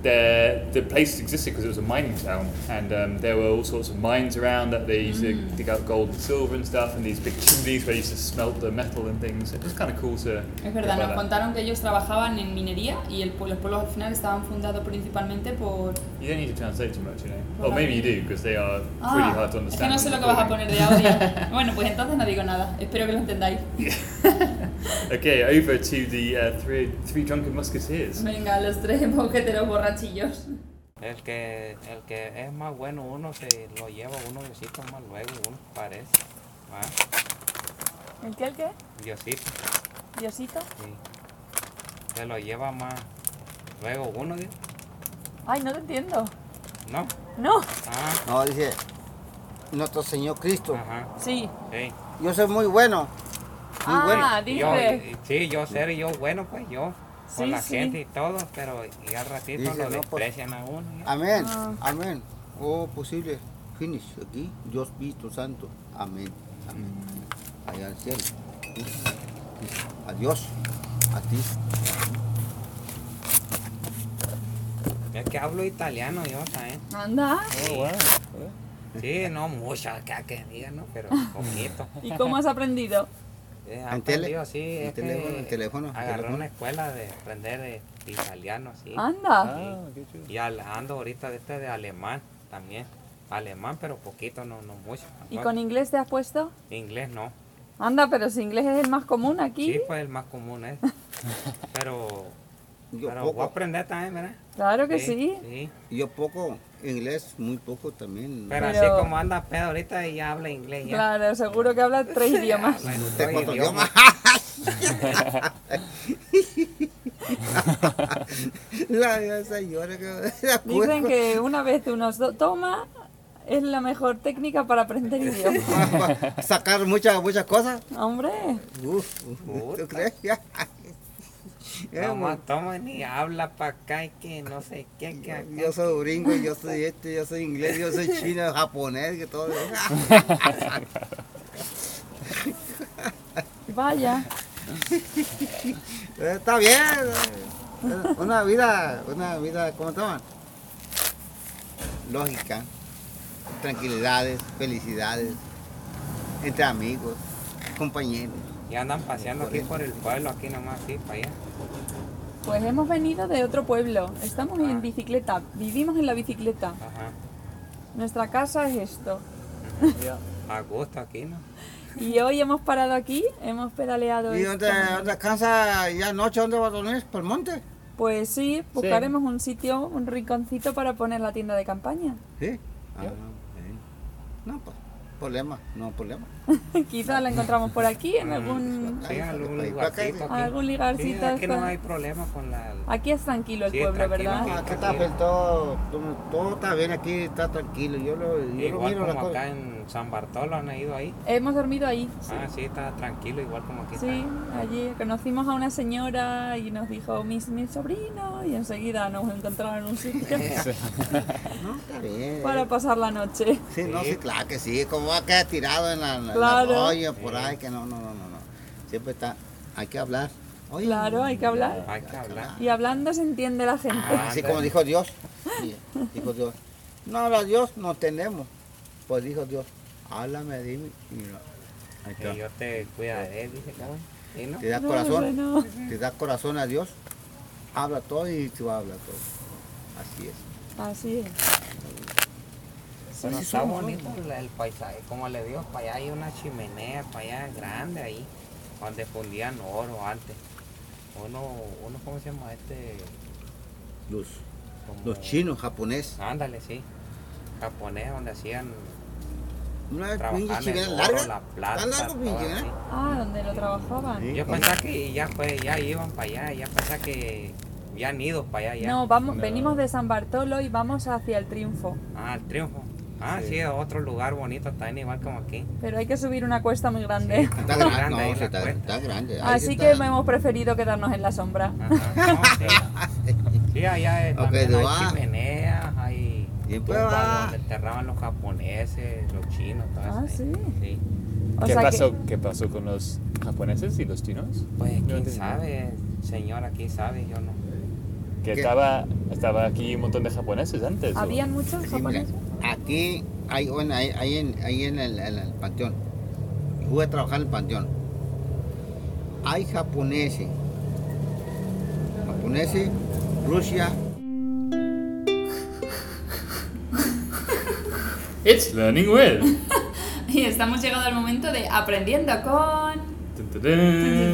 A: the the place existed because it was a mining town, and um, there were all sorts of mines around that they used
B: Mm.
A: to dig out gold and silver and stuff, and these big chimneys where they used to smelt the metal and things. It was kind of cool to.
B: Es
A: hear
B: verdad, nos
A: about that.
B: contaron que ellos trabajaban en minería y el, pue- los pueblos al final estaban fundados principalmente por...
A: You don't need to translate too much, you know.
B: Well,
A: or maybe you do
B: maybe-
A: because they are
B: Ah,
A: really hard to
B: es que
A: understand.
B: no sé
A: when
B: lo que
A: they're
B: vas a poner
A: talking.
B: de audio. bueno, pues entonces no digo nada. Espero que lo entendáis.
A: Okay, over to the uh, three three drunken musketeers.
B: Venga, los tres moqueteros borrachillos.
E: El que, el que es más bueno uno se lo lleva uno Diosito más luego, uno parece. ¿Ah?
C: ¿El qué, el qué?
E: Diosito,
C: ¿Diosito?
E: sí. Se lo lleva más luego uno, digo.
C: Ay, no te entiendo.
E: ¿no?
C: No.
E: Ah,
F: No, dice, nuestro Señor Cristo.
E: ajá,
C: Sí.
E: sí.
F: Yo soy muy bueno. Muy bueno.
C: ah,
E: Y Yo,
C: dice.
E: y- sí, yo ser yo bueno, pues yo,
C: Sí,
E: con la
C: sí.
E: gente y todo, pero ya al ratito
F: Dice,
E: lo
F: no, pues-
E: desprecian a uno. ya.
F: Amén.
C: Ah.
F: Amén. Oh, posible. Finish aquí. Dios visto santo. Amén. allá al cielo. Adiós. A ti.
E: Es que hablo italiano yo también.
B: Anda.
F: Ah,
E: Sí,
D: wow.
E: sí, no mucho, acá que diga, ¿no? Pero poquito.
B: ¿Y cómo has aprendido?
E: Eh,
F: En tele-
E: aprendido así,
F: en
E: es que
F: teléfono, en teléfono, en
E: Agarré
F: teléfono.
E: una escuela de aprender eh, italiano así.
B: Anda.
D: Ah, qué chido.
E: Y al- ando ahorita de este de alemán también. Alemán, pero poquito, no, no mucho.
B: ¿Y
E: tampoco.
B: con inglés te has puesto?
E: Inglés no.
B: Anda, pero si inglés es el más común aquí.
E: Sí, pues el más común es. Pero,
F: Yo
E: pero voy a
F: poco.
E: aprender también, ¿verdad?
B: Claro que sí.
E: sí.
F: Yo poco. Inglés, muy poco también.
E: Pero,
B: Pero-
E: así como anda pedo ahorita y ya habla inglés ya.
B: Claro, seguro que habla tres idiomas.
E: Habla en otro
F: ¿Usted cuántos
E: idioma.
F: idiomas? La señora que se acuerda.
B: Dicen que una vez unos dos toma es la mejor técnica para aprender idiomas.
F: Para sacar muchas muchas cosas.
B: Hombre,
F: Uf,
E: Puta.
F: ¿tú crees? Eh, Ya. Ya,
E: Toma,
F: mo-
E: toma, ni habla pa' acá y que no sé qué, que acá.
F: Yo soy gringo, yo soy este, yo soy inglés, yo soy chino, japonés, que todo.
B: vaya.
F: Eh, Está bien. eh, Una vida, una vida, ¿cómo se llama? Lógica, tranquilidades, felicidades, entre amigos, compañeros.
E: Y andan paseando aquí por el pueblo, aquí nomás, así, para allá.
B: Pues hemos venido de otro pueblo. Estamos
E: Ah.
B: en bicicleta. Vivimos en la bicicleta.
E: Ajá.
B: Nuestra casa es esto.
E: A gusto aquí, ¿no?
B: Y hoy hemos parado aquí, hemos pedaleado.
F: ¿Y
B: esta
F: dónde,
B: mañana.
F: dónde cansa ya noche? ¿Dónde va a dormir? ¿Por el monte?
B: Pues sí, buscaremos un sitio, un rinconcito para poner la tienda de campaña.
F: Sí. Ah, ok. No, pues, problema, no problema.
B: Quizá la encontramos por aquí, en algún...
E: Mm. Sí, algún
F: Acá,
E: lugarcito aquí.
B: algún
E: Sí,
B: lugarcito.
E: aquí no
B: está-
E: hay problema con la...
B: Aquí es tranquilo el
E: Sí,
B: pueblo,
E: tranquilo,
B: ¿verdad?
E: sí.
F: Ah, Aquí está bien, todo, todo, todo está bien aquí, está tranquilo. Yo lo, yo lo
E: Igual
F: miro la
E: como
F: cosa.
E: acá en San Bartolo han ido ahí.
B: Hemos dormido ahí. Sí.
E: Ah, sí, está tranquilo, igual como aquí
B: Sí,
E: está.
B: allí conocimos a una señora y nos dijo mis mi sobrino y enseguida nos encontraron un sitio
F: No, está bien.
B: para pasar la noche.
F: Sí, no, sí,
E: Sí.
F: claro que sí, como va a quedar tirado en la, en la
B: Claro.
F: olla por
E: Sí.
F: ahí, que no, no, no, no, no. Siempre está, hay que hablar. Oye,
B: Claro, hay que hablar.
E: Hay que hablar.
B: Y hablando se entiende la gente.
E: Ah,
F: Así como dijo Dios, sí, dijo Dios, no habla Dios, no tenemos. Pues dijo Dios, háblame, dime. Y mira, ahí
E: Y
F: está.
E: yo te cuidaré, dice cabrón. ¿Y no?
F: Te da
B: No,
F: corazón,
B: bueno.
F: te da corazón a Dios, habla todo y tú habla todo. Así es.
B: Así es.
E: Pero
F: Sí,
E: está
F: somos
E: bonito el, el paisaje, como le digo, para allá hay una chimenea, para allá grande ahí, donde fundían oro antes. Uno, uno ¿cómo se llama este?
F: Los,
E: Como-
F: los chinos, japoneses.
E: Ándale, sí. Japonés, donde hacían,
F: Una pinche
E: trabajaban
F: chivera
E: el
F: larga.
E: oro, la plata,
F: Tan largo,
E: todo
F: pinche,
E: así.
F: ¿eh?
B: Ah, donde lo trabajaban.
F: Sí,
E: Yo
F: con-
E: pensaba que ya, fue, ya iban para allá, ya pensaba que ya han ido para allá. Ya.
B: No, vamos,
D: No.
B: venimos de San Bartolo y vamos hacia el Triunfo.
E: Ah, el triunfo. Ah, sí, otro lugar bonito, también igual como aquí.
B: Pero hay que subir una cuesta muy grande.
F: Está
E: Muy
F: grande,
E: grande ahí
F: no, sí,
E: la
F: está,
E: cuesta.
F: está grande. Ahí
B: Así
F: está.
B: que hemos preferido quedarnos en la sombra.
E: Ajá, no,
F: Ah,
E: sí. Sí, allá eh,
F: Ok,
E: también
F: tú
E: hay
F: vas.
E: chimeneas, hay
F: Y
E: tumbas
F: pues va.
E: donde enterraban los japoneses, los chinos, todo
B: Ah,
E: eso.
B: sí.
E: ahí. Sí.
B: O
D: ¿Qué,
B: sea
D: pasó,
B: que
D: ¿Qué pasó con los japoneses y los chinos?
E: Pues
D: No
E: quién
D: entendí.
E: sabe, señora, quién sabe, yo no.
D: Que
F: ¿Qué?
D: estaba, estaba aquí un montón de japoneses antes. ¿o?
B: habían muchos
F: Sí, mira,
B: japoneses.
F: aquí hay, bueno, ahí, ahí en, ahí en el, en el panteón. Voy a trabajar en el panteón. Hay japoneses. Japoneses, Rusia.
A: It's learning with.
B: Y estamos llegando al momento de aprendiendo con
A: Dun, dun, dun.
B: Dun,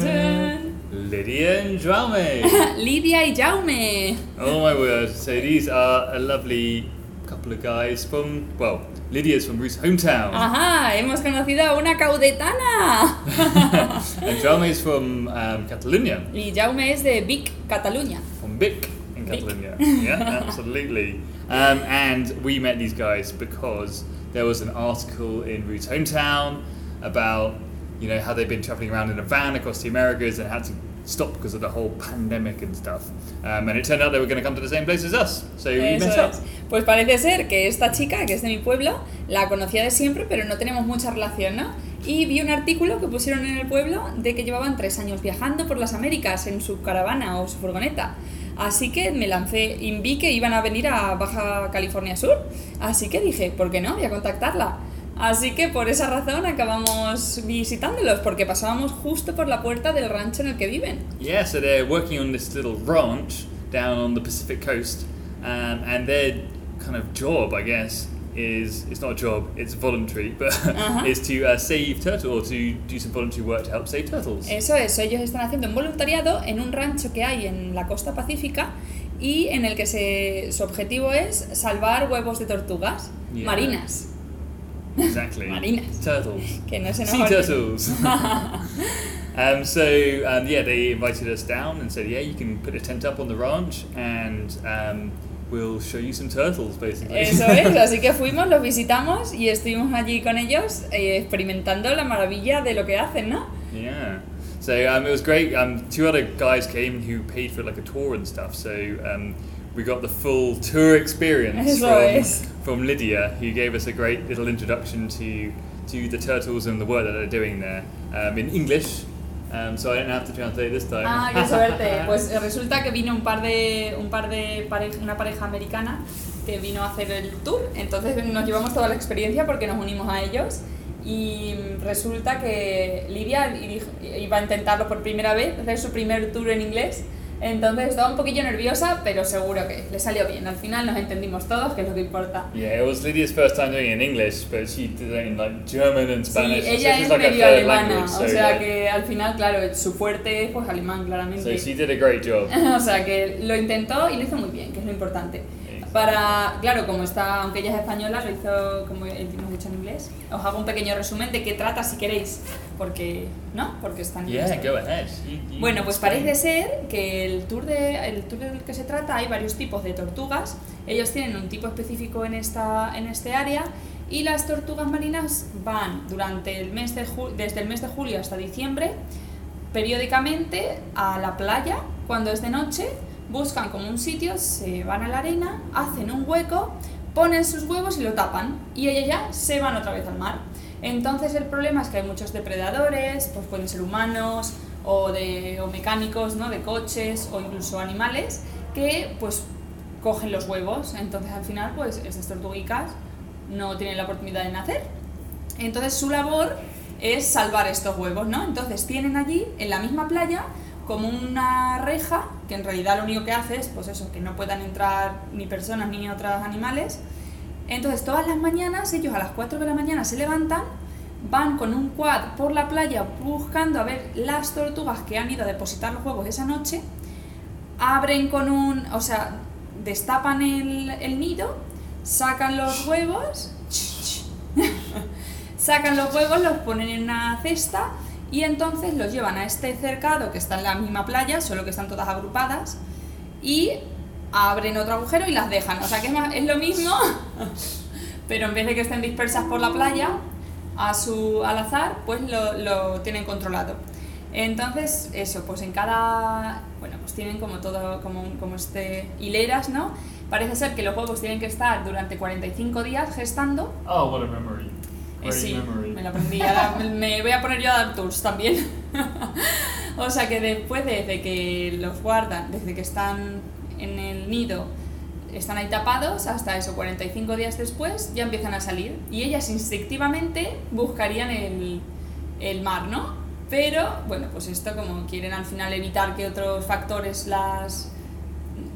B: dun,
A: Lydia and Jaume.
B: Lidia y Jaume.
A: Oh my word. So these are a lovely couple of guys from, well, Lydia's from Ruth's hometown.
B: Ajá, hemos conocido a una caudetana.
A: and Jaume is from um, Catalonia,
B: Y Jaume es de Vic, Cataluña.
A: from Vic in
B: Vic.
A: Catalonia. yeah, absolutely. Um, and we met these guys because there was an article in Ruth's hometown about, you know, how they've been traveling around in a van across the Americas and had to stop because of the whole pandemic and stuff. Um, and it turned out they were going to come to the same place as us. So we
B: Eso
A: met up.
B: es. Pues parece ser que esta chica, que es de mi pueblo, la conocía de siempre, pero no tenemos mucha relación, ¿no? Y vi un artículo que pusieron en el pueblo de que llevaban tres años viajando por las Américas en su caravana o su furgoneta. Así que me lancé y vi que iban a venir a Baja California Sur. Así que dije, ¿por qué no? Voy a contactarla. Así que por esa razón acabamos visitándolos, porque pasábamos justo por la puerta del rancho en el que viven.
A: Yeah, so they're working on this little ranch down on the Pacific coast, um, and their kind of job, I guess, is it's not a job, it's voluntary, but
B: Uh-huh.
A: is to uh, save turtle or to do some voluntary work to help save turtles.
B: Eso es, ellos están haciendo un voluntariado en un rancho que hay en la costa pacífica y en el que se- su objetivo es salvar huevos de tortugas
A: Yeah.
B: marinas,
A: Exactly.
B: Marinas.
A: Turtles.
B: que no se nos
A: Sea
B: olviden.
A: turtles. um, so um, yeah, they invited us down and said, yeah, you can put a tent up on the ranch and um, we'll show you some turtles, basically.
B: Eso es, así que fuimos, los visitamos y estuvimos allí con ellos eh, experimentando la maravilla de lo que hacen, ¿no?
A: Yeah. So um, it was great. Um, two other guys came who paid for like a tour and stuff. So um, we got the full tour experience
B: Eso
A: from,
B: es.
A: from Lydia, who gave us a great little introduction to to the turtles and the work that they're doing there um, in English. Um, so I didn't have to translate this time.
B: Ah, qué suerte. Pues eh, resulta que vino un par de, un par de pare- una pareja americana que vino a hacer el tour. Entonces nos llevamos toda la experiencia porque nos unimos a ellos. Y mm, resulta que Lidia i- dijo- iba a intentarlo por primera vez, hacer su primer tour en inglés. Entonces estaba un poquillo nerviosa, pero seguro que le salió bien. Al final nos entendimos todos, que es lo que importa.
A: yeah, it was Lydia's first time doing it in English, but she did it in like German and
B: Sí,
A: Spanish. so
B: ella
A: she's
B: es
A: like a
B: medio
A: third
B: alemana,
A: language. So,
B: o sea
A: like,
B: que al final, claro, su fuerte es pues alemán, claramente.
A: so she did a great job.
B: o sea que lo intentó y lo hizo muy bien, que es lo importante. Para, claro, como está, aunque ella es española, lo hizo como hemos dicho en inglés. Os hago un pequeño resumen de qué trata si queréis, porque, ¿no? Porque está en inglés.
A: Yeah, go ahead. You- you
B: Bueno, pues
A: explain.
B: parece ser que el tour, de, el tour del que se trata hay varios tipos de tortugas. Ellos tienen un tipo específico en, esta, en este área y las tortugas marinas van durante el mes de ju- desde el mes de julio hasta diciembre periódicamente a la playa cuando es de noche, buscan como un sitio, se van a la arena, hacen un hueco, ponen sus huevos y lo tapan y ellos ya se van otra vez al mar. Entonces el problema es que hay muchos depredadores, pues pueden ser humanos o, de, o mecánicos, ¿no? De coches o incluso animales que pues cogen los huevos. Entonces al final pues estas tortuguicas no tienen la oportunidad de nacer. Entonces su labor es salvar estos huevos, ¿no? Entonces tienen allí, en la misma playa, como una reja, que en realidad lo único que hace es, pues eso, que no puedan entrar ni personas ni otros animales. Entonces todas las mañanas, ellos a las 4 de la mañana se levantan, van con un quad por la playa buscando a ver las tortugas que han ido a depositar los huevos esa noche, abren con un, o sea, destapan el, el nido, sacan los huevos, sacan los huevos, los ponen en una cesta y entonces los llevan a este cercado que está en la misma playa, solo que están todas agrupadas y abren otro agujero y las dejan. O sea que es, más- es lo mismo, pero en vez de que estén dispersas por la playa, a su, al azar, pues lo, lo tienen controlado. Entonces, eso, pues en cada. Bueno, pues tienen como todo, como, un- como este, hileras, ¿no? Parece ser que los huevos tienen que estar durante 45 días gestando
A: Oh, what a memory.
B: eh,
A: Great
B: sí,
A: memory.
B: me lo aprendí. ahora me- me voy a poner yo a dar tours también. o sea que después, desde que los guardan, desde que están en el nido, están ahí tapados, hasta eso, 45 días después, ya empiezan a salir. Y ellas instintivamente buscarían el, el mar, ¿no? Pero, bueno, pues esto como quieren al final evitar que otros factores las,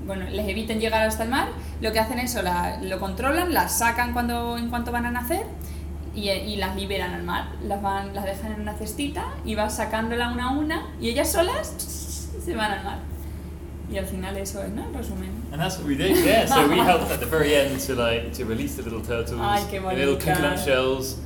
B: bueno, les eviten llegar hasta el mar, lo que hacen es o la- lo controlan, las sacan cuando, en cuanto van a nacer y, y las liberan al mar. Las, van, las dejan en una cestita y vas sacándola una a una y ellas solas se van al mar. Y al final eso es, ¿no? En resumen.
A: And that's what we did, yeah. So we helped at the very end to like to release the little turtles,
B: Ay, qué
A: the little coconut
B: bonita.
A: shells.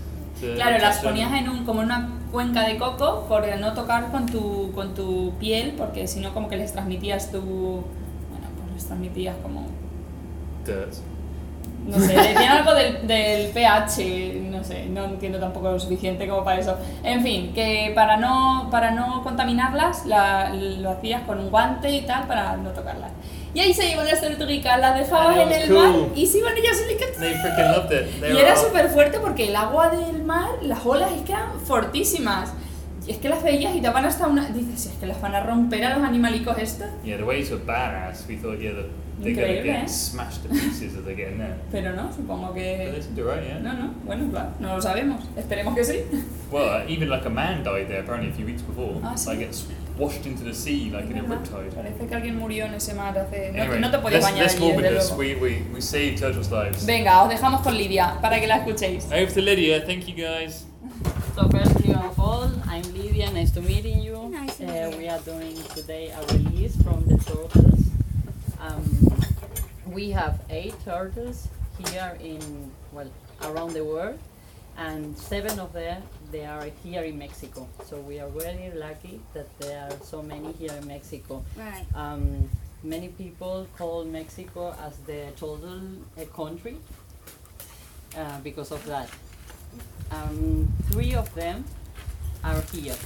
A: To
B: Claro, las
A: catch them.
B: ponías en un, como en una cuenca de coco por no tocar con tu, con tu piel porque si no como que les transmitías tu... Bueno, pues les transmitías como
A: dirt.
B: No sé, decían algo del, del pH, no sé, no entiendo tampoco lo suficiente como para eso. En fin, que para no, para no contaminarlas la- lo hacías con un guante y tal para no tocarlas. Y ahí se llevó la esterturica, la dejabas
A: Ah,
B: en
A: that
B: el
A: was
B: mar
A: cool.
B: y se iban ellas solas.
A: They freaking loved it. They
B: Y
A: were
B: era
A: all-
B: súper fuerte porque el agua del mar, las olas es que eran fortísimas. Y es que las veías y te van hasta una... Dices, es que las van a romper a los animalicos estos.
A: Yeah, the waves were badass. We thought, yeah, the, they're going to
B: Increíble, eh?
A: get smashed to pieces as they get in there.
B: Pero no, supongo
A: But they
B: que...
A: seemed alright, yeah.
B: No, no, bueno, claro, no lo sabemos. Esperemos que sí.
A: Well, uh, even like a man died there apparently a few weeks before.
B: Ah, sí.
A: Like gets washed into the sea like in a
B: Ajá.
A: riptide.
B: Parece que alguien murió en ese mar hace... No,
A: Anyway,
B: no te podías
A: let's,
B: bañar
A: let's
B: allí,
A: go with
B: desde
A: this.
B: luego.
A: We, we, we saved turtles' lives.
B: Venga, os dejamos con Lidia para que la escuchéis.
A: Over to Lydia. Thank you guys.
G: So first of all, I'm Lydia. Nice to meeting you.
H: Nice to meet
G: Uh,
H: you.
G: we are doing today a release from the turtles. Um, we have eight turtles here in well around the world, and seven of them they are here in Mexico. So we are very lucky that there are so many here in Mexico.
H: Right.
G: Um, many people call Mexico as the turtle uh, country uh, because of that. Um, three of them are here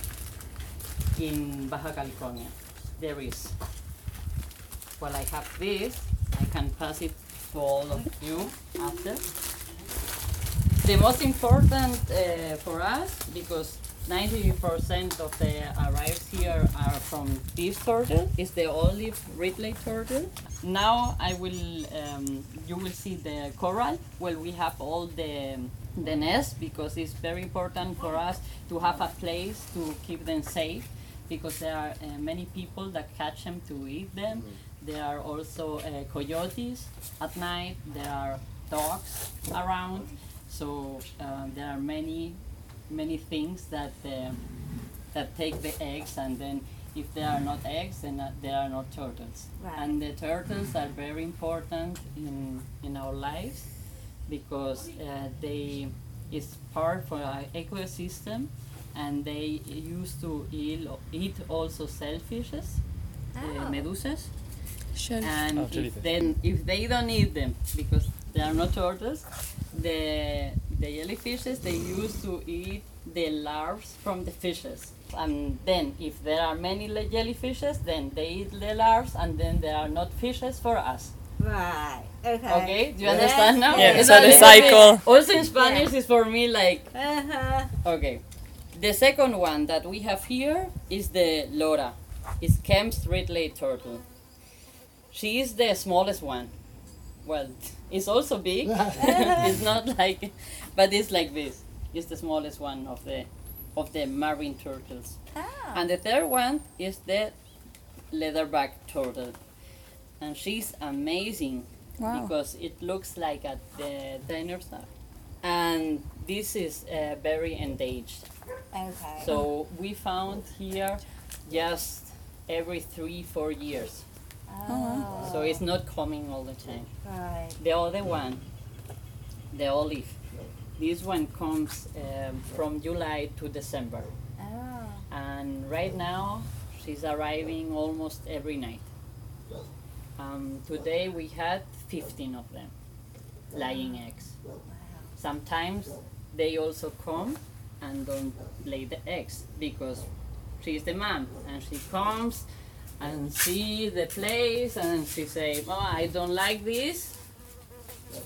G: in Baja California. There is. Well, I have this. I can pass it to all of you after. The most important uh, for us, because 90% of the arrives here are from this turtle, is the olive ridley turtle. Now I will, um, you will see the coral. Well, we have all the the nest because it's very important for us to have a place to keep them safe because there are uh, many people that catch them to eat them. There are also uh, coyotes at night. There are dogs around. So uh, there are many, many things that um that take the eggs, and then if there are not eggs, then uh, there are not turtles.
H: Right.
G: And the turtles are very important in in our lives because uh, they is part for our ecosystem, and they used to eat, eat also shellfishes, uh, medusas and
D: Oh, jellyfish.
G: if then if they don't eat them because they are not turtles, the the jellyfishes they used to eat the larvae from the fishes. And then if there are many le- jellyfishes, then they eat the larvae, and then there are not fishes for us.
H: Right. Okay.
G: Okay, do you understand now?
H: Yeah,
G: It's
H: so
G: a
H: the
G: little bit-
H: cycle.
G: Also in Spanish is for me like
H: Uh-huh.
G: Okay. The second one that we have here is the Lora. It's Kemp's Ridley turtle. She is the smallest one. Well, it's also big. it's not like, but it's like this. It's the smallest one of the, of the marine turtles.
H: Ah.
G: And the third one is the leatherback turtle. And she's amazing because it looks like a the dinosaur. And this is uh, very endangered.
H: okay.
G: So we found here just every three, four years.
H: oh.
G: So it's not coming all the time.
H: Right.
G: The other one, the olive, this one comes um, from July to December.
H: Oh.
G: and right now she's arriving almost every night. Um, today we had 15 of them laying eggs. Sometimes they also come and don't lay the eggs because she's the mom and she comes and see the place and she say, "Oh, I don't like this."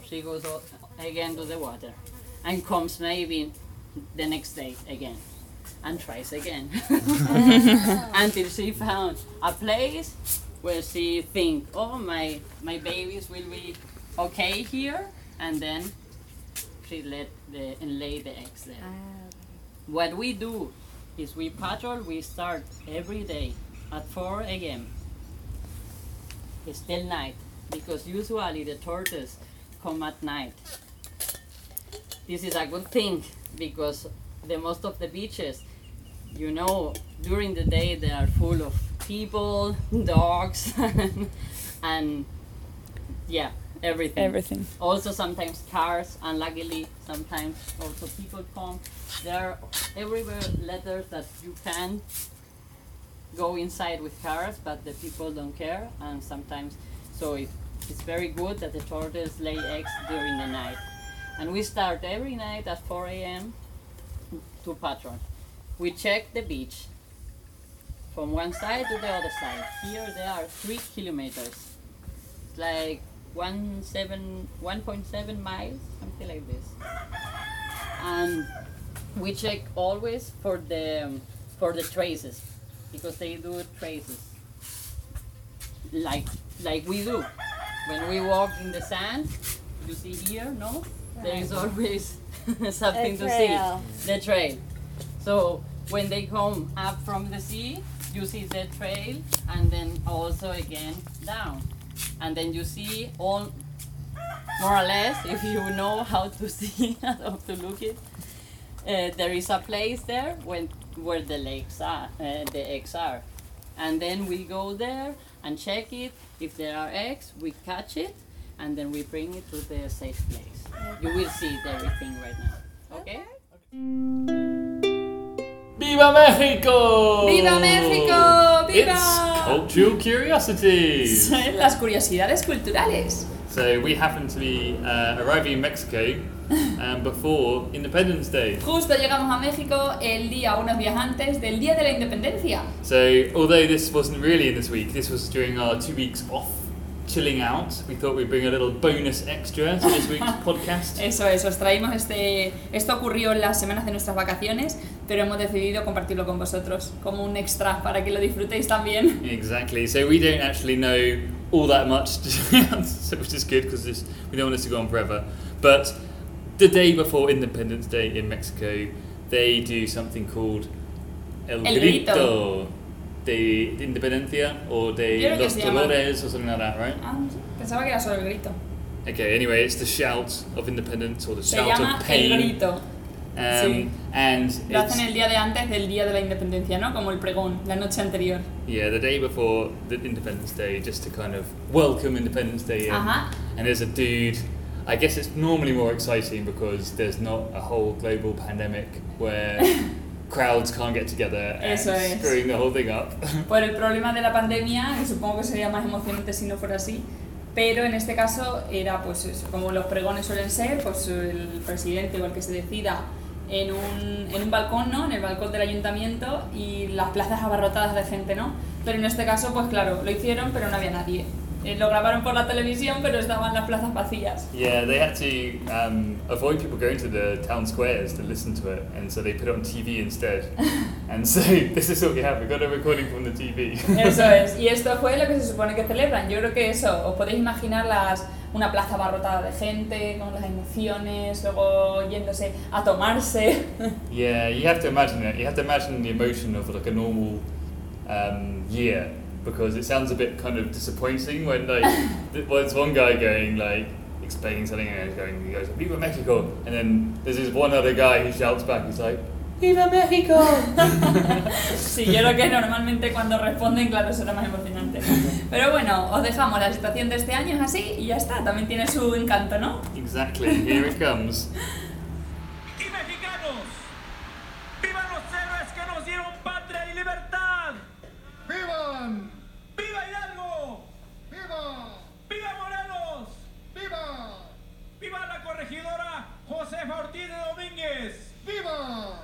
G: She goes o- again to the water and comes maybe the next day again and tries again until she found a place where she think oh my my babies will be okay here and then she let the and lay the eggs there
H: Ah.
G: what we do is we patrol we start every day at 4 a.m it's still night because usually the tortoises come at night this is a good thing because the most of the beaches you know during the day they are full of people dogs and yeah everything
I: Everything.
G: also sometimes cars unluckily sometimes also people come there are everywhere letters that you can go inside with cars but the people don't care and sometimes so if It's very good that the tortoise lay eggs during the night. And we start every night at 4 a.m. to patrol. We check the beach from one side to the other side. Here there are three kilometers. It's like one seven, 1.7 miles, something like this. And we check always for the for the traces because they do traces like like we do when we walk in the sand you see here no there is always something to
H: trail.
G: see the trail so when they come up from the sea you see the trail and then also again down and then you see all more or less if you know how to see how to look it uh, there is a place there when where the lakes are, uh, the eggs are, and then we go there and check it. If there are eggs, we catch it, and then we bring it to the safe place. You will see everything right now. Okay?
A: Viva Mexico!
B: ¡Viva México!
A: It's
B: ¡Viva!
A: cultural curiosities.
B: Las curiosidades culturales.
A: so we happen to be uh, arriving in Mexico um, before Independence Day.
B: Justo llegamos a México el día, unos días antes del Día de la Independencia.
A: So although this wasn't really in this week, this was during our two weeks off, chilling out. We thought we'd bring a little bonus extra to this week's podcast.
B: Eso es, os traímos este... Esto ocurrió en las semanas de nuestras vacaciones, pero hemos decidido compartirlo con vosotros como un extra para que lo disfrutéis también.
A: Exactly. So we don't actually know all that much, so which is good because we don't want this to go on forever. But the day before Independence Day in Mexico, they do something called El,
B: El grito.
A: de Independencia or
B: Yo
A: de
B: creo que
A: Los
B: se llama-
A: Dolores or something like that, right?
B: Ah, pensaba que era solo el grito.
A: Okay, anyway, it's the shout of independence or the
B: Se
A: shout
B: llama
A: of
B: el
A: pain.
B: grito.
A: Um,
B: Sí.
A: And
B: Lo
A: it's,
B: hacen el día de antes del Día de la Independencia, ¿no? Como el pregón, la noche anterior.
A: yeah, the day before the Independence Day, just to kind of welcome Independence Day in.
B: Ajá.
A: And there's a dude. I guess it's normally more exciting because there's not a whole global pandemic where crowds can't get together and
B: Eso es.
A: screwing the whole thing up.
B: Por el problema de la pandemia, que supongo que sería más emocionante si no fuera así, pero en este caso era pues eso, como los pregones suelen ser, pues el presidente o el que se decida en un, en un balcón, ¿no? En el balcón del ayuntamiento y las plazas abarrotadas de gente, ¿no? Pero en este caso, pues claro, lo hicieron, pero no había nadie. Eh, lo grabaron por la televisión, pero estaban las plazas vacías.
A: Yeah, they had to um, avoid people going to the town squares to listen to it, and so they put it on TV instead. and so this is what we have. We got a recording from the TV.
B: Eso es. Y esto fue lo que se supone que celebran. Yo creo que eso, os podéis imaginar las, una plaza abarrotada de gente, con las emociones, luego yéndose a tomarse.
A: yeah, you have to imagine it. You have to imagine the emotion of like a normal um, year because it sounds a bit kind of disappointing when like th- well, there's one guy going like explaining something and he's going he goes Viva Mexico, and then there's this one other guy who shouts back. He's like.
C: ¡Viva México!
B: Sí, yo creo que normalmente cuando responden, claro, será más emocionante. Pero bueno, os dejamos. La situación de este año es así y ya está. También tiene su encanto, ¿no?
A: Exactly, here it comes.
I: y mexicanos. ¡Vivan los héroes que nos dieron patria y libertad! ¡Vivan! ¡Viva Hidalgo! ¡Viva! ¡Viva Morelos! ¡Viva! ¡Viva la corregidora Josefa Ortiz de Domínguez! ¡Viva!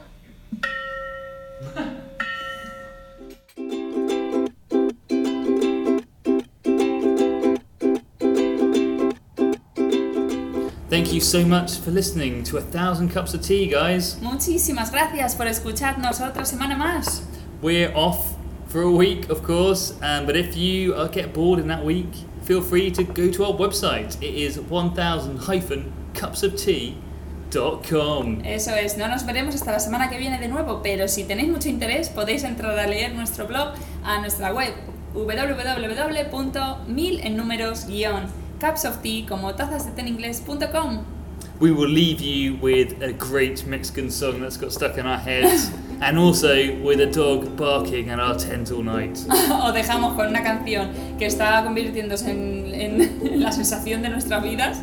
A: Thank you so much for listening to A Thousand Cups of Tea, guys.
B: Muchísimas gracias por escucharnos otra semana más.
A: We're off for a week, of course, um, but if you uh, get bored in that week, feel free to go to our website. It is 1000-cupsoftea.com.
B: Eso es, no nos veremos hasta la semana que viene de nuevo, pero si tenéis mucho interés podéis entrar a leer nuestro blog a nuestra web www.1000 en números guión cups of tea como tazas de té en inglés punto com.
A: We will leave you with a great Mexican song that's got stuck in our heads, and also with a dog barking at our tent all night.
B: Os dejamos con una canción que está convirtiéndose en, en la sensación de nuestras vidas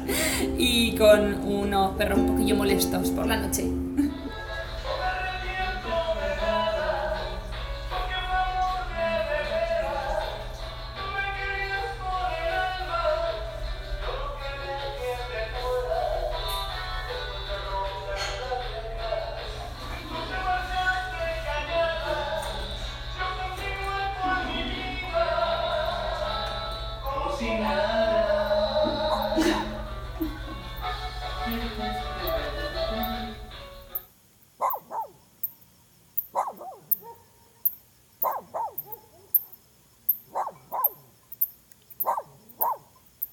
B: y con unos perros un poquillo molestos por la noche.
I: Me querías por el alma, cocinar.